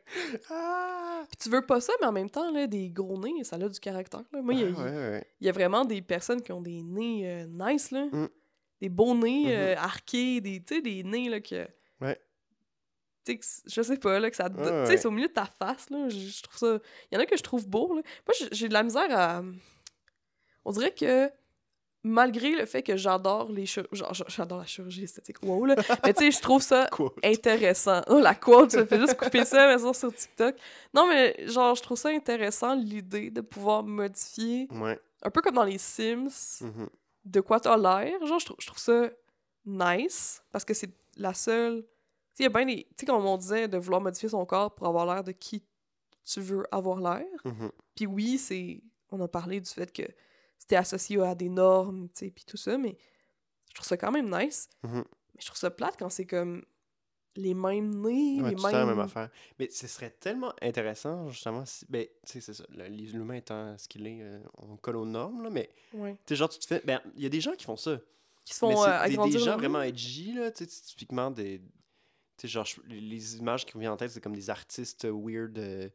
Speaker 2: Ah!
Speaker 1: Puis tu veux pas ça, mais en même temps, là, des gros nez, ça a du caractère. Là. Moi, il y, a-
Speaker 2: Ah, ouais, ouais, ouais.
Speaker 1: il y a vraiment des personnes qui ont des nez euh, nice, là.
Speaker 2: Mm. Mm-hmm.
Speaker 1: Des beaux nez euh, arqués, des, tu sais, des nez, là, que...
Speaker 2: Ouais. Ah
Speaker 1: Tu sais, que c- je sais pas, là, que ça... te
Speaker 2: Ouais,
Speaker 1: donne- Tu sais,
Speaker 2: ouais.
Speaker 1: c'est au milieu de ta face, là. Je, je trouve ça... Il y en a que je trouve beaux, là. Moi, j'ai- j'ai de la misère à... On dirait que... Malgré le fait que j'adore les chir- genre, j- j'adore la chirurgie esthétique, wow, là. Mais tu sais, je trouve ça
Speaker 2: Quoi?
Speaker 1: intéressant. Oh, la quote, ça fait juste couper ça, mais ça, sur TikTok. Non, mais genre, je trouve ça intéressant, l'idée de pouvoir modifier,
Speaker 2: Ouais.
Speaker 1: un peu comme dans les Sims,
Speaker 2: Mhm.
Speaker 1: de quoi t'as l'air. Genre, je trouve, je trouve ça nice, parce que c'est la seule... Tu sais, il y a bien des... Tu sais, comme on disait, de vouloir modifier son corps pour avoir l'air de qui tu veux avoir l'air.
Speaker 2: Mhm.
Speaker 1: Puis oui, c'est... On a parlé du fait que c'était associé à des normes, tu sais, puis tout ça, mais je trouve ça quand même nice.
Speaker 2: Mhm.
Speaker 1: Mais je trouve ça plate quand c'est comme les mêmes nez,
Speaker 2: Ouais,
Speaker 1: les
Speaker 2: tout le temps la
Speaker 1: mêmes...
Speaker 2: même affaire. Mais ce serait tellement intéressant, justement, si. Ben, tu sais, c'est ça. le- L'humain étant ce qu'il est, euh, on colle aux normes, là, mais.
Speaker 1: Ouais.
Speaker 2: Tu sais, genre, tu te fais. Ben, il y a des gens qui font ça.
Speaker 1: Qui se
Speaker 2: mais
Speaker 1: font
Speaker 2: c'est
Speaker 1: euh,
Speaker 2: des- des,
Speaker 1: agrandir.
Speaker 2: gens
Speaker 1: le
Speaker 2: vraiment
Speaker 1: nez.
Speaker 2: edgy, là, tu sais, typiquement des. Tu sais, genre, je- les- les images qui me viennent en tête, c'est comme des artistes weird, euh,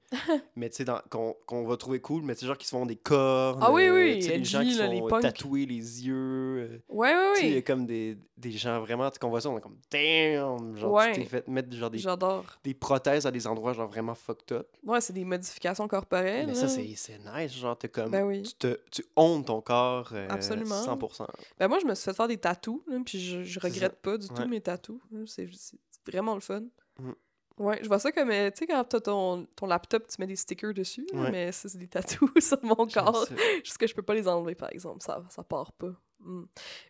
Speaker 2: mais tu sais, dans- qu'on qu'on va trouver cool, mais tu sais, genre, qui se font des cornes.
Speaker 1: Ah oui,
Speaker 2: euh,
Speaker 1: oui,
Speaker 2: tu sais, les gens
Speaker 1: edgy,
Speaker 2: qui
Speaker 1: là,
Speaker 2: sont
Speaker 1: les
Speaker 2: euh,
Speaker 1: punks.
Speaker 2: tatoués les yeux. euh,
Speaker 1: Ouais, ouais,
Speaker 2: Tu sais, il y a
Speaker 1: ouais.
Speaker 2: comme des, des gens vraiment, tu sais, qu'on voit ça, on est comme, damn! Genre,
Speaker 1: Ouais.
Speaker 2: tu t'es fait mettre genre des
Speaker 1: J'adore.
Speaker 2: des prothèses à des endroits genre vraiment fucked up.
Speaker 1: Ouais, c'est des modifications corporelles.
Speaker 2: mais ça,
Speaker 1: là.
Speaker 2: c'est c'est nice. Genre, t'es comme.
Speaker 1: Eh Ben oui.
Speaker 2: Tu, te, tu hontes ton corps euh,
Speaker 1: Absolument.
Speaker 2: 100%.
Speaker 1: Ben moi, je me suis fait faire des tatous, là, puis je, je
Speaker 2: C'est
Speaker 1: regrette pas du
Speaker 2: Ouais.
Speaker 1: tout mes tatous. là. C'est c'est vraiment le fun.
Speaker 2: Mm.
Speaker 1: Ouais, je vois ça comme, euh, tu sais, quand t'as ton, ton laptop, tu mets des stickers dessus, là,
Speaker 2: Ouais.
Speaker 1: mais ça, c'est des tatous sur mon
Speaker 2: J'aime
Speaker 1: corps.
Speaker 2: ça.
Speaker 1: Juste que je peux pas les enlever, par exemple. Ça, ça part pas. Mm.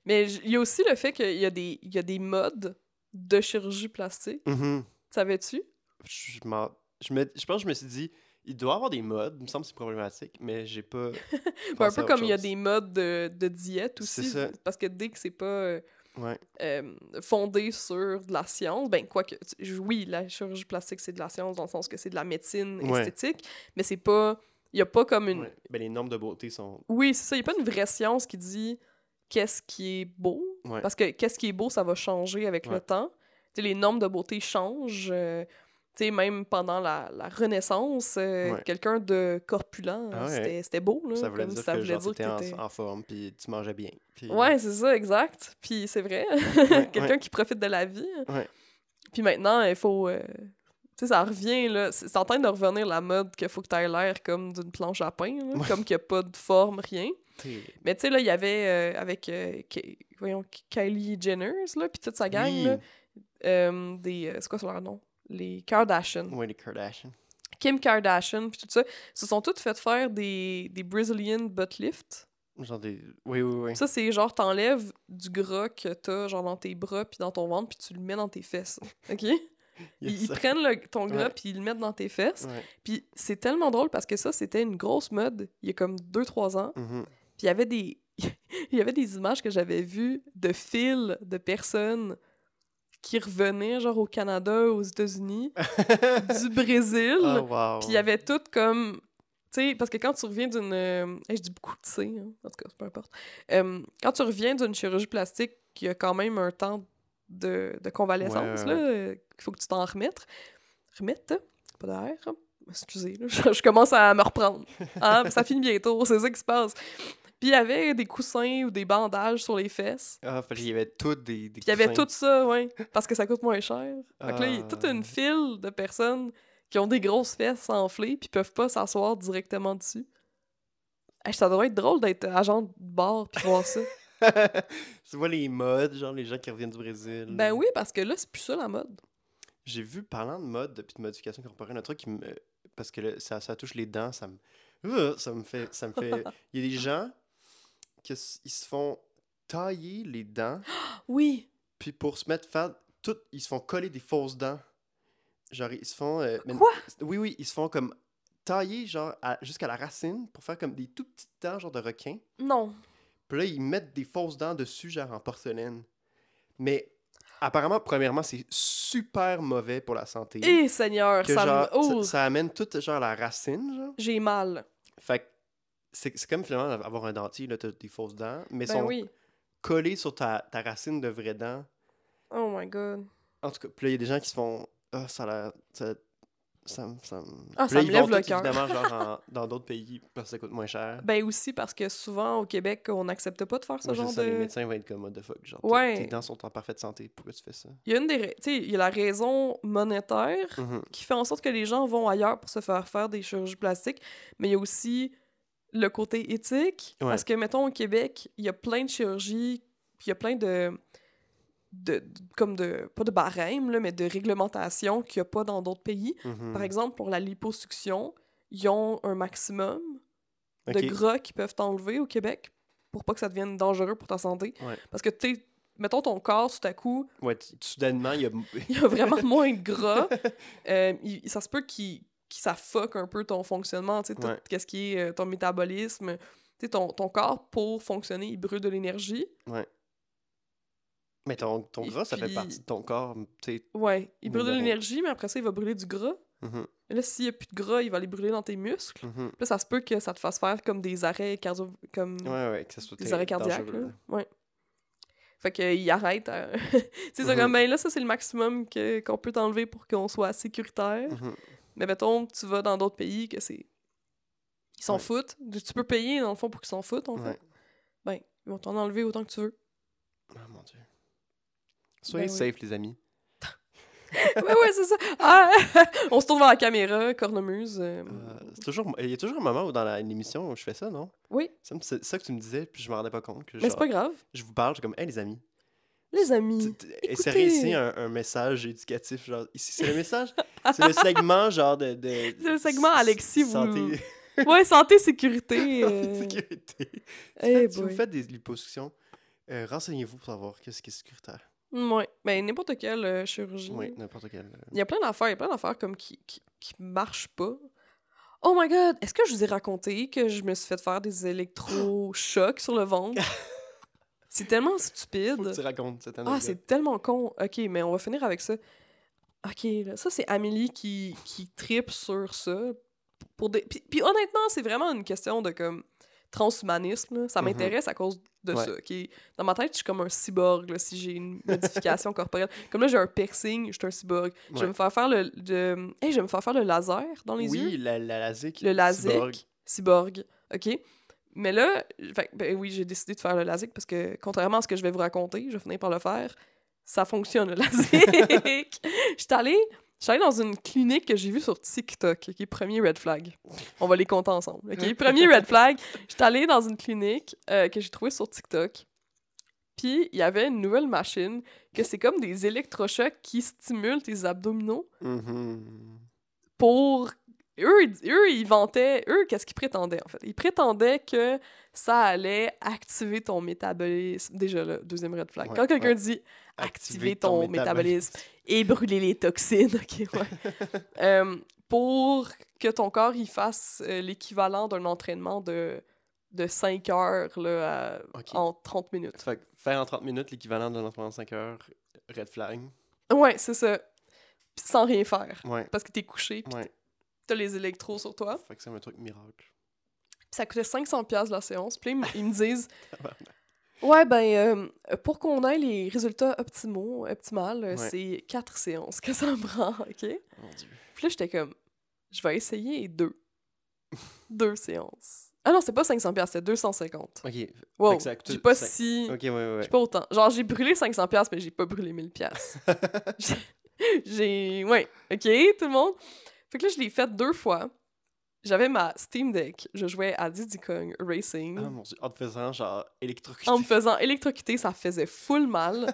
Speaker 1: Mais j- il y a aussi le fait qu'il y, a des- il y a des modes de chirurgie plastique.
Speaker 2: Mhm.
Speaker 1: Savais-tu?
Speaker 2: je, m'en- je me, je pense que je me suis dit, il doit y avoir des modes. Il me semble que c'est problématique, mais j'ai pas.
Speaker 1: Ben, un
Speaker 2: pensé à
Speaker 1: peu
Speaker 2: autre
Speaker 1: comme il y a
Speaker 2: chose.
Speaker 1: des modes de, de diète
Speaker 2: C'est
Speaker 1: aussi.
Speaker 2: ça.
Speaker 1: Parce que dès que c'est pas euh,
Speaker 2: Ouais.
Speaker 1: euh, fondé sur de la science, ben quoi que. tu- Oui, la chirurgie plastique, c'est de la science dans le sens que c'est de la médecine
Speaker 2: Ouais.
Speaker 1: esthétique, mais c'est pas. Il y a pas comme une.
Speaker 2: Ouais. Ben, les normes de beauté sont.
Speaker 1: Oui, c'est ça. Il y a pas une vraie science qui dit qu'est-ce qui est beau.
Speaker 2: Ouais.
Speaker 1: Parce que qu'est-ce qui est beau, ça va changer avec le
Speaker 2: Ouais.
Speaker 1: temps. Tu sais, les normes de beauté changent. euh, tu sais, même pendant la, la Renaissance, euh,
Speaker 2: Ouais.
Speaker 1: quelqu'un de corpulent,
Speaker 2: Ah ouais.
Speaker 1: c'était- c'était beau. Là,
Speaker 2: Ça voulait
Speaker 1: Mmh, comme
Speaker 2: dire
Speaker 1: ça
Speaker 2: que
Speaker 1: voulait
Speaker 2: genre,
Speaker 1: dire que
Speaker 2: t'étais en,
Speaker 1: t'étais-
Speaker 2: en forme, puis tu mangeais bien. puis-
Speaker 1: Ouais, c'est ça, exact. Puis c'est vrai,
Speaker 2: ouais.
Speaker 1: quelqu'un qui profite de la vie.
Speaker 2: Ouais.
Speaker 1: Puis maintenant, il faut. euh, Tu sais, ça revient, là. C'est c'est en train de revenir la mode qu'il faut que tu l'air comme d'une planche à pain, là,
Speaker 2: Ouais.
Speaker 1: comme qu'il n'y a pas de forme, rien.
Speaker 2: T'es-
Speaker 1: Mais tu sais, là, il y avait euh, avec euh, Ki- voyons, Kylie Jenner, là, puis toute sa gang,
Speaker 2: Oui.
Speaker 1: là, euh, des. euh, c'est quoi leur nom? Les Kardashian.
Speaker 2: Ouais, les Kardashian.
Speaker 1: Kim Kardashian, puis tout ça, se sont toutes faites faire des, des Brazilian butt lift.
Speaker 2: Genre des. Oui, oui, oui.
Speaker 1: Ça, c'est genre, t'enlèves du gras que t'as, genre, dans tes bras puis dans ton ventre, puis tu le mets dans tes fesses. OK?
Speaker 2: Il y a
Speaker 1: Ils, ils
Speaker 2: ça.
Speaker 1: prennent le- ton gras
Speaker 2: Ouais.
Speaker 1: puis ils le mettent dans tes fesses.
Speaker 2: Ouais.
Speaker 1: Puis c'est tellement drôle parce que ça, c'était une grosse mode il y a comme 2-3 ans.
Speaker 2: Mhm.
Speaker 1: Puis il y avait des... il y avait des images que j'avais vues de fils de personnes qui revenaient, genre, au Canada, aux États-Unis, du Brésil.
Speaker 2: Ah, wow.
Speaker 1: Puis il y avait tout comme. Tu sais, parce que quand tu reviens d'une. euh, hey, je dis beaucoup de sais, hein, en tout cas, peu importe. Euh, quand tu reviens d'une chirurgie plastique, il y a quand même un temps de, de convalescence,
Speaker 2: Ouais, ouais,
Speaker 1: là. euh, qu'il faut que tu t'en remettes. Remettes, pas d'air. excusez, là, je, je commence à me reprendre. Hein, ça finit bientôt, c'est ça qui se passe. Puis il y avait des coussins ou des bandages sur les fesses.
Speaker 2: Ah, fait qu'il y avait toutes des, des
Speaker 1: Puis il y avait
Speaker 2: coussins.
Speaker 1: tout ça, ouais, parce que ça coûte moins cher. Fait que là, il y a
Speaker 2: Ah.
Speaker 1: toute une file de personnes qui ont des grosses fesses enflées puis peuvent pas s'asseoir directement dessus. Hey, ça doit être drôle d'être agent de bar puis voir ça.
Speaker 2: tu vois les modes, genre les gens qui reviennent du Brésil.
Speaker 1: ben oui, parce que là, c'est plus ça la mode.
Speaker 2: J'ai vu, parlant de mode puis de modification corporelle, un truc qui me. Parce que là, ça, ça touche les dents, ça me. Ouh, Ça me fait. Ça me fait... Il y a des gens qui s- ils se font tailler les dents,
Speaker 1: Oui,
Speaker 2: puis pour se mettre faire. Tout... Ils se font coller des fausses dents. Genre, ils se font. euh, mais-
Speaker 1: Quoi?
Speaker 2: Oui, oui, ils se font comme tailler, genre, à- jusqu'à la racine pour faire comme des tout petites dents, genre de requin.
Speaker 1: non.
Speaker 2: Puis là, ils mettent des fausses dents dessus, genre en porcelaine. Mais apparemment, premièrement, c'est super mauvais pour la santé.
Speaker 1: Eh, Seigneur,
Speaker 2: que
Speaker 1: ça
Speaker 2: genre,
Speaker 1: me... Oh,
Speaker 2: ça, ça amène tout genre à la racine, genre.
Speaker 1: j'ai mal.
Speaker 2: Fait que c'est c'est comme finalement avoir un dentier, là, t'as des fausses dents, mais
Speaker 1: Ben
Speaker 2: sont
Speaker 1: oui.
Speaker 2: collées sur ta, ta racine de vraies dents.
Speaker 1: Oh my God.
Speaker 2: En tout cas, puis là, il y a des gens qui se font... Ah, ça a l'air... Ça, ça, me- ça, me-
Speaker 1: Ah,
Speaker 2: Puis là,
Speaker 1: ça me
Speaker 2: ils
Speaker 1: lève
Speaker 2: vont
Speaker 1: le
Speaker 2: tous,
Speaker 1: cœur.
Speaker 2: évidemment, genre, en- dans d'autres pays, parce que ça coûte moins cher.
Speaker 1: Ben aussi parce que souvent au Québec, on n'accepte pas de faire ce
Speaker 2: Moi, je
Speaker 1: genre
Speaker 2: sais, Les
Speaker 1: de.
Speaker 2: médecins vont être comme, what the fuck, genre, tes-
Speaker 1: Ouais.
Speaker 2: tes dents sont en parfaite santé, pourquoi tu fais ça?
Speaker 1: Il y a une des, ra- tu sais, il y a la raison monétaire
Speaker 2: Mhm.
Speaker 1: qui fait en sorte que les gens vont ailleurs pour se faire faire des chirurgies plastiques, mais il y a aussi le côté éthique
Speaker 2: Ouais.
Speaker 1: parce que mettons au Québec, il y a plein de chirurgies, puis il y a plein de de, comme de pas de barème là, mais de réglementation qu'il n'y a pas dans d'autres pays.
Speaker 2: Mhm.
Speaker 1: Par exemple, pour la liposuction, ils ont un maximum
Speaker 2: Ok.
Speaker 1: de gras qui peuvent t'enlever au Québec pour pas que ça devienne dangereux pour ta santé.
Speaker 2: Ouais.
Speaker 1: Parce que, tu sais, mettons ton corps, tout à coup,
Speaker 2: Ouais, tu- soudainement, il y a...
Speaker 1: il y a vraiment moins de gras. Euh, il- ça se peut qu'il qu'il- ça fuck un peu ton fonctionnement, tu sais, tout
Speaker 2: Ouais.
Speaker 1: qu'est-ce qui est euh, ton métabolisme. Tu sais, ton, ton corps, pour fonctionner, il brûle de l'énergie.
Speaker 2: Mais ton, ton
Speaker 1: Et
Speaker 2: gras, ça fait
Speaker 1: puis-
Speaker 2: partie de ton corps, tu sais.
Speaker 1: Ouais, il
Speaker 2: Mine
Speaker 1: brûle
Speaker 2: de
Speaker 1: de
Speaker 2: rien.
Speaker 1: l'énergie, mais après ça, il va brûler du gras.
Speaker 2: Mhm,
Speaker 1: Et Là, s'il y a plus de gras, il va les brûler dans tes muscles.
Speaker 2: mhm.
Speaker 1: Puis Là, ça se peut que ça te fasse faire comme des arrêts cardio... comme
Speaker 2: Ouais, ouais, que ça soit
Speaker 1: des
Speaker 2: très
Speaker 1: arrêts cardiaques.
Speaker 2: dangereux, là.
Speaker 1: là. Ouais. Fait qu'il arrête. à- c'est ça,
Speaker 2: Mhm.
Speaker 1: comme, ben là, ça, c'est le maximum que- qu'on peut t'enlever pour qu'on soit sécuritaire.
Speaker 2: Mhm.
Speaker 1: Mais mettons, tu vas dans d'autres pays que c'est. Ils s'en
Speaker 2: Ouais.
Speaker 1: foutent. Tu peux payer, dans le fond, pour qu'ils s'en foutent, en fait.
Speaker 2: Ouais.
Speaker 1: Ben, ils vont t'en enlever autant que tu veux.
Speaker 2: Ah, mon dieu. Soyez
Speaker 1: Ben oui.
Speaker 2: safe, les amis.
Speaker 1: ouais, ouais, c'est ça. Ah, on se tourne vers la caméra, cornemuse. euh,
Speaker 2: Euh, c'est toujours... Il y a toujours un moment où dans la- l'émission où je fais ça, non?
Speaker 1: Oui,
Speaker 2: Ça me- C'est ça que tu me disais, puis je m'en rendais pas compte. que
Speaker 1: mais c'est
Speaker 2: genre,
Speaker 1: pas Mm. grave.
Speaker 2: Je vous parle, je suis comme, hey, les amis.
Speaker 1: Les amis.
Speaker 2: tu- tu- Insérez ici un, un message éducatif. Genre, ici, c'est le message. c'est le segment, genre, de. de
Speaker 1: C'est le segment,
Speaker 2: s-
Speaker 1: Alexis, vous-
Speaker 2: santé-
Speaker 1: Ouais, santé, sécurité. euh,
Speaker 2: sécurité.
Speaker 1: eh
Speaker 2: Faites- si vous
Speaker 1: boy.
Speaker 2: faites des liposuctions, euh, renseignez-vous pour savoir qu'est-ce qui est sécuritaire.
Speaker 1: Ouais. Ben, n'importe quelle euh, chirurgie.
Speaker 2: Oui, n'importe quel. euh,
Speaker 1: Il y a plein d'affaires, il y a plein d'affaires comme qui, qui, qui marchent pas. Oh my god, est-ce que je vous ai raconté que je me suis fait faire des électrochocs sur le ventre? C'est tellement
Speaker 2: Faut que tu
Speaker 1: stupide.
Speaker 2: racontes cette anecdote.
Speaker 1: Ah, c'est tellement con. Ok, mais on va finir avec ça. Ok, là, ça c'est Amélie qui, qui tripe sur ça. Pour des... puis, puis honnêtement, c'est vraiment une question de comme transhumanisme. là. Ça
Speaker 2: Mhm.
Speaker 1: m'intéresse à cause de
Speaker 2: Ouais.
Speaker 1: ça. ok? Dans ma tête, je suis comme un cyborg là, si j'ai une modification corporelle. Comme là, j'ai un piercing, je suis un cyborg. Je vais
Speaker 2: Ouais.
Speaker 1: me faire faire le, le- hey, je vais me faire faire le laser dans les
Speaker 2: oui,
Speaker 1: yeux.
Speaker 2: la, la LASIK.
Speaker 1: Le LASIK.
Speaker 2: cyborg.
Speaker 1: Cyborg, OK? Mais là, fait que, ben oui, j'ai décidé de faire le LASIK parce que, contrairement à ce que je vais vous raconter, je vais finir par le faire, ça fonctionne, le LASIK! Je suis allée, j'étais allée dans une clinique que j'ai vue sur TikTok, qui est premier red flag. On va les compter ensemble, OK? Premier red flag, je suis allée dans une clinique euh, que j'ai trouvée sur TikTok, puis il y avait une nouvelle machine que c'est comme des électrochocs qui stimulent tes abdominaux Mm-hmm.
Speaker 2: Mhm.
Speaker 1: pour. Eux, ils- eux, ils vantaient. Eux, qu'est-ce qu'ils prétendaient, en fait? Ils prétendaient que ça allait activer ton métabolisme. Déjà, là, deuxième red flag.
Speaker 2: Ouais,
Speaker 1: Quand quelqu'un
Speaker 2: ouais.
Speaker 1: dit activer ton, métabolisme et brûler les toxines, ok, ouais. Euh, pour que ton corps il fasse euh, l'équivalent d'un entraînement de, de 5 heures là, à-
Speaker 2: Ok.
Speaker 1: en 30 minutes.
Speaker 2: Fait que faire en 30 minutes l'équivalent d'un entraînement de 5 heures, red flag.
Speaker 1: Ouais, c'est ça. Puis sans rien faire.
Speaker 2: Ouais.
Speaker 1: Parce que t'es couché, puis
Speaker 2: Ouais.
Speaker 1: t'as les électros sur toi.
Speaker 2: Fait que c'est un truc miracle.
Speaker 1: Puis ça coûtait 500 pièces la séance. Puis là, ils me- ils me disent Ouais, ben, euh, pour qu'on ait les résultats optimaux, optimales, euh,
Speaker 2: Ouais.
Speaker 1: c'est quatre séances que ça me prend, OK?
Speaker 2: Mon dieu.
Speaker 1: Puis là, j'étais comme Je vais essayer deux. deux séances. Ah non, c'est pas 500 pièces, c'est 250.
Speaker 2: Ok. fait
Speaker 1: Wow.
Speaker 2: que ça a coûté
Speaker 1: J'ai pas
Speaker 2: cinq-
Speaker 1: si
Speaker 2: Ok, ouais, ouais.
Speaker 1: j'ai
Speaker 2: ouais.
Speaker 1: pas autant. Genre j'ai brûlé 500 pièces mais j'ai pas brûlé 1000 pièces. j'ai ouais, OK, tout le monde. Fait que là je l'ai faite deux fois. J'avais ma Steam Deck, je jouais à Diddy Kong Racing.
Speaker 2: Ah mon dieu, en te faisant genre électrocuté.
Speaker 1: en me faisant électrocuter, ça faisait full mal.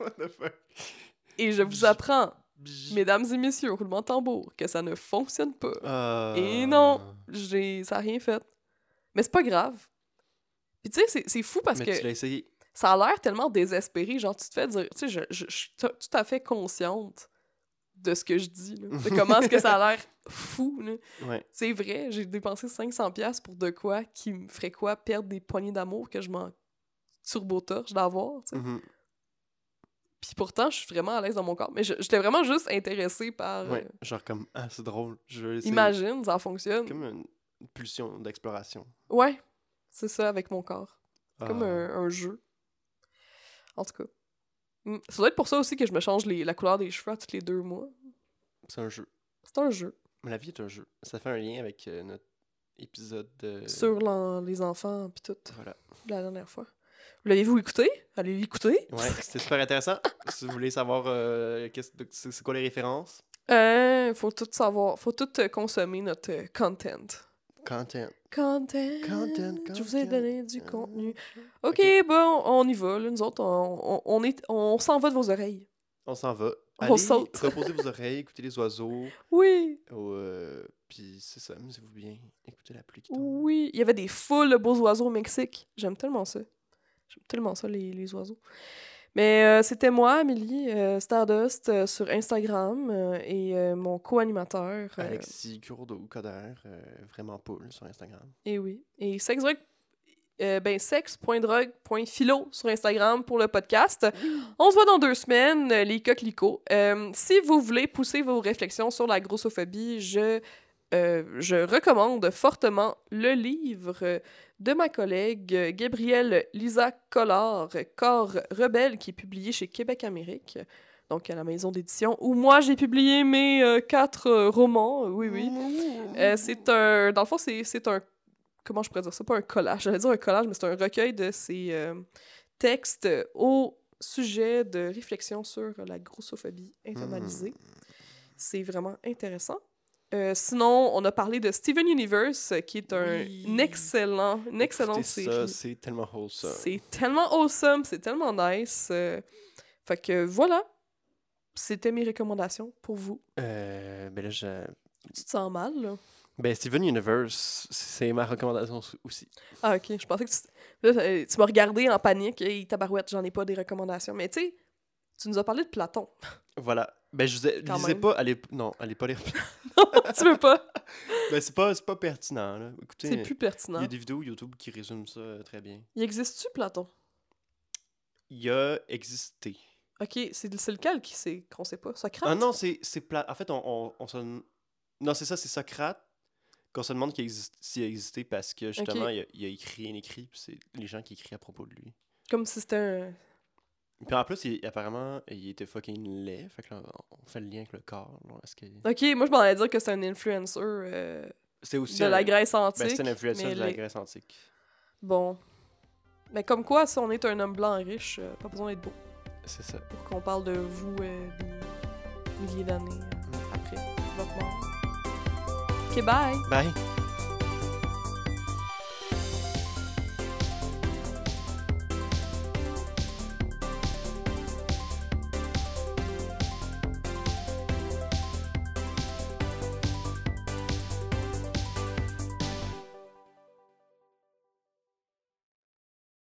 Speaker 2: What the fuck?
Speaker 1: Et je vous apprends,
Speaker 2: Bzzz.
Speaker 1: mesdames et messieurs, roulement de tambour, que ça ne fonctionne pas.
Speaker 2: Ah.
Speaker 1: Et non. J'ai... Ça a rien fait. Mais c'est pas grave. Puis tu sais, c'est, c'est fou parce
Speaker 2: Mais tu
Speaker 1: que
Speaker 2: l'as essayé.
Speaker 1: ça a l'air tellement désespéré. Genre, tu te fais dire... Tu sais, je, je- je suis to- tout à fait consciente de ce que je dis, là. De comment est-ce que ça a l'air fou, là.
Speaker 2: Ouais.
Speaker 1: C'est vrai, j'ai dépensé 500$ piastres pour de quoi qui me ferait quoi perdre des poignées d'amour que je m'en turbotorche d'avoir, tu sais.
Speaker 2: Mhm.
Speaker 1: Puis pourtant, je suis vraiment à l'aise dans mon corps. Mais je- j'étais vraiment juste intéressée par...
Speaker 2: Ouais.
Speaker 1: euh,
Speaker 2: Genre comme, ah, c'est drôle. Je vais essayer.
Speaker 1: imagine, ça fonctionne.
Speaker 2: Comme une une pulsion d'exploration.
Speaker 1: Ouais, c'est ça avec mon corps. Comme
Speaker 2: Ah.
Speaker 1: un, un jeu. En tout cas. Mm. Ça doit être pour ça aussi que je me change les- la couleur des cheveux à tous les deux mois.
Speaker 2: C'est un jeu.
Speaker 1: C'est un jeu.
Speaker 2: Mais la vie est un jeu. Ça fait un lien avec euh, notre épisode de.
Speaker 1: Sur l'en- les enfants, puis tout,
Speaker 2: Voilà.
Speaker 1: la dernière fois. L'avez-vous écouté? Allez l'écouter.
Speaker 2: Ouais, c'était super intéressant. si vous voulez savoir euh, qu'est-ce- de- c'est c'est quoi les références,
Speaker 1: Euh, faut tout savoir. Faut tout euh, consommer notre euh, content.
Speaker 2: content.
Speaker 1: Content.
Speaker 2: Content,
Speaker 1: Je vous ai
Speaker 2: content. Euh,
Speaker 1: donné du contenu. OK,
Speaker 2: Ok.
Speaker 1: bon, on y va. là, nous autres, on, on, on est, on s'en va de vos oreilles.
Speaker 2: On s'en va.
Speaker 1: On
Speaker 2: Allez,
Speaker 1: saute.
Speaker 2: reposez vos oreilles, écoutez les oiseaux.
Speaker 1: Oui.
Speaker 2: euh, Puis c'est ça, amusez-vous bien. Écoutez la pluie qui tombe.
Speaker 1: Oui, il y avait des foules de beaux oiseaux au Mexique. J'aime tellement ça. J'aime tellement ça, les, les oiseaux. Mais euh, c'était moi, Amélie, euh, Stardust, euh, sur Instagram, euh, et euh, mon co-animateur. euh,
Speaker 2: Alexis Gourdeau Coder, euh, vraiment poule sur Instagram.
Speaker 1: Et Eh oui. Et sexe, drogue, euh, ben, sexe.drogue.philo sur Instagram pour le podcast. On se voit dans deux semaines, euh, les coquelicots. Euh, si vous voulez pousser vos réflexions sur la grossophobie, je, euh, je recommande fortement le livre euh, de ma collègue euh, Gabrielle Lisa Collard, Corps rebelle, qui est publié chez Québec Amérique. Donc, à la maison d'édition, où moi j'ai publié mes euh, quatre euh, romans. Oui, oui. Euh, c'est un. Dans le fond, c'est c'est un. Comment je pourrais dire ça Pas un collage. J'allais dire un collage, mais c'est un recueil de ces euh, textes au sujet de réflexion sur la grossophobie internalisée.
Speaker 2: Hmm.
Speaker 1: C'est vraiment intéressant. Euh, sinon, on a parlé de Steven Universe, qui est un
Speaker 2: Oui.
Speaker 1: excellent, une excellente
Speaker 2: Écoutez ça,
Speaker 1: série.
Speaker 2: C'est tellement wholesome.
Speaker 1: C'est tellement awesome, c'est tellement nice. euh, fait que voilà, c'était mes recommandations pour vous.
Speaker 2: Euh, ben là, je-
Speaker 1: Tu te sens mal, là?
Speaker 2: Ben, Steven Universe, c'est ma recommandation sou- aussi.
Speaker 1: Ah, ok. Je pensais que tu, là, euh, tu m'as regardé en panique. Hey, tabarouette, j'en ai pas des recommandations. Mais tu sais, tu nous as parlé de Platon.
Speaker 2: Voilà. Ben, je vous ai...
Speaker 1: Quand
Speaker 2: lisez
Speaker 1: même.
Speaker 2: pas, allez... Non, allez pas lire.
Speaker 1: tu veux pas?
Speaker 2: ben, c'est pas, c'est pas pertinent, là. Écoutez,
Speaker 1: C'est plus
Speaker 2: il
Speaker 1: pertinent.
Speaker 2: y a
Speaker 1: Il,
Speaker 2: des vidéos YouTube qui résument ça euh, très bien.
Speaker 1: existe-tu, Platon?
Speaker 2: Il a existé.
Speaker 1: Ok, c'est c'est lequel qui sait- qu'on sait pas? Socrate?
Speaker 2: Ah non, c'est... c'est pla- En fait, on, on, on se... dem- Non, c'est ça, c'est Socrate qu'on se demande qu'il existe- s'il a existé parce que, justement,
Speaker 1: Ok.
Speaker 2: il, a, il a écrit un écrit, puis c'est les gens qui écrivent à propos de lui.
Speaker 1: Comme si c'était un...
Speaker 2: Puis en plus, il- apparemment, il était fucking laid. Fait que là, on fait le lien avec le corps. là, parce que...
Speaker 1: Ok, moi je m'en allais dire que c'est un influencer euh,
Speaker 2: C'est aussi
Speaker 1: de la
Speaker 2: un-
Speaker 1: Grèce
Speaker 2: Ben,
Speaker 1: antique.
Speaker 2: c'est un influenceur
Speaker 1: mais
Speaker 2: de la
Speaker 1: les-
Speaker 2: Grèce antique.
Speaker 1: Bon. Mais comme quoi, si on est un homme blanc riche, euh, pas besoin d'être beau
Speaker 2: C'est ça.
Speaker 1: pour qu'on parle de vous euh, des milliers d'années euh, après votre mort. Ok, bye!
Speaker 2: Bye.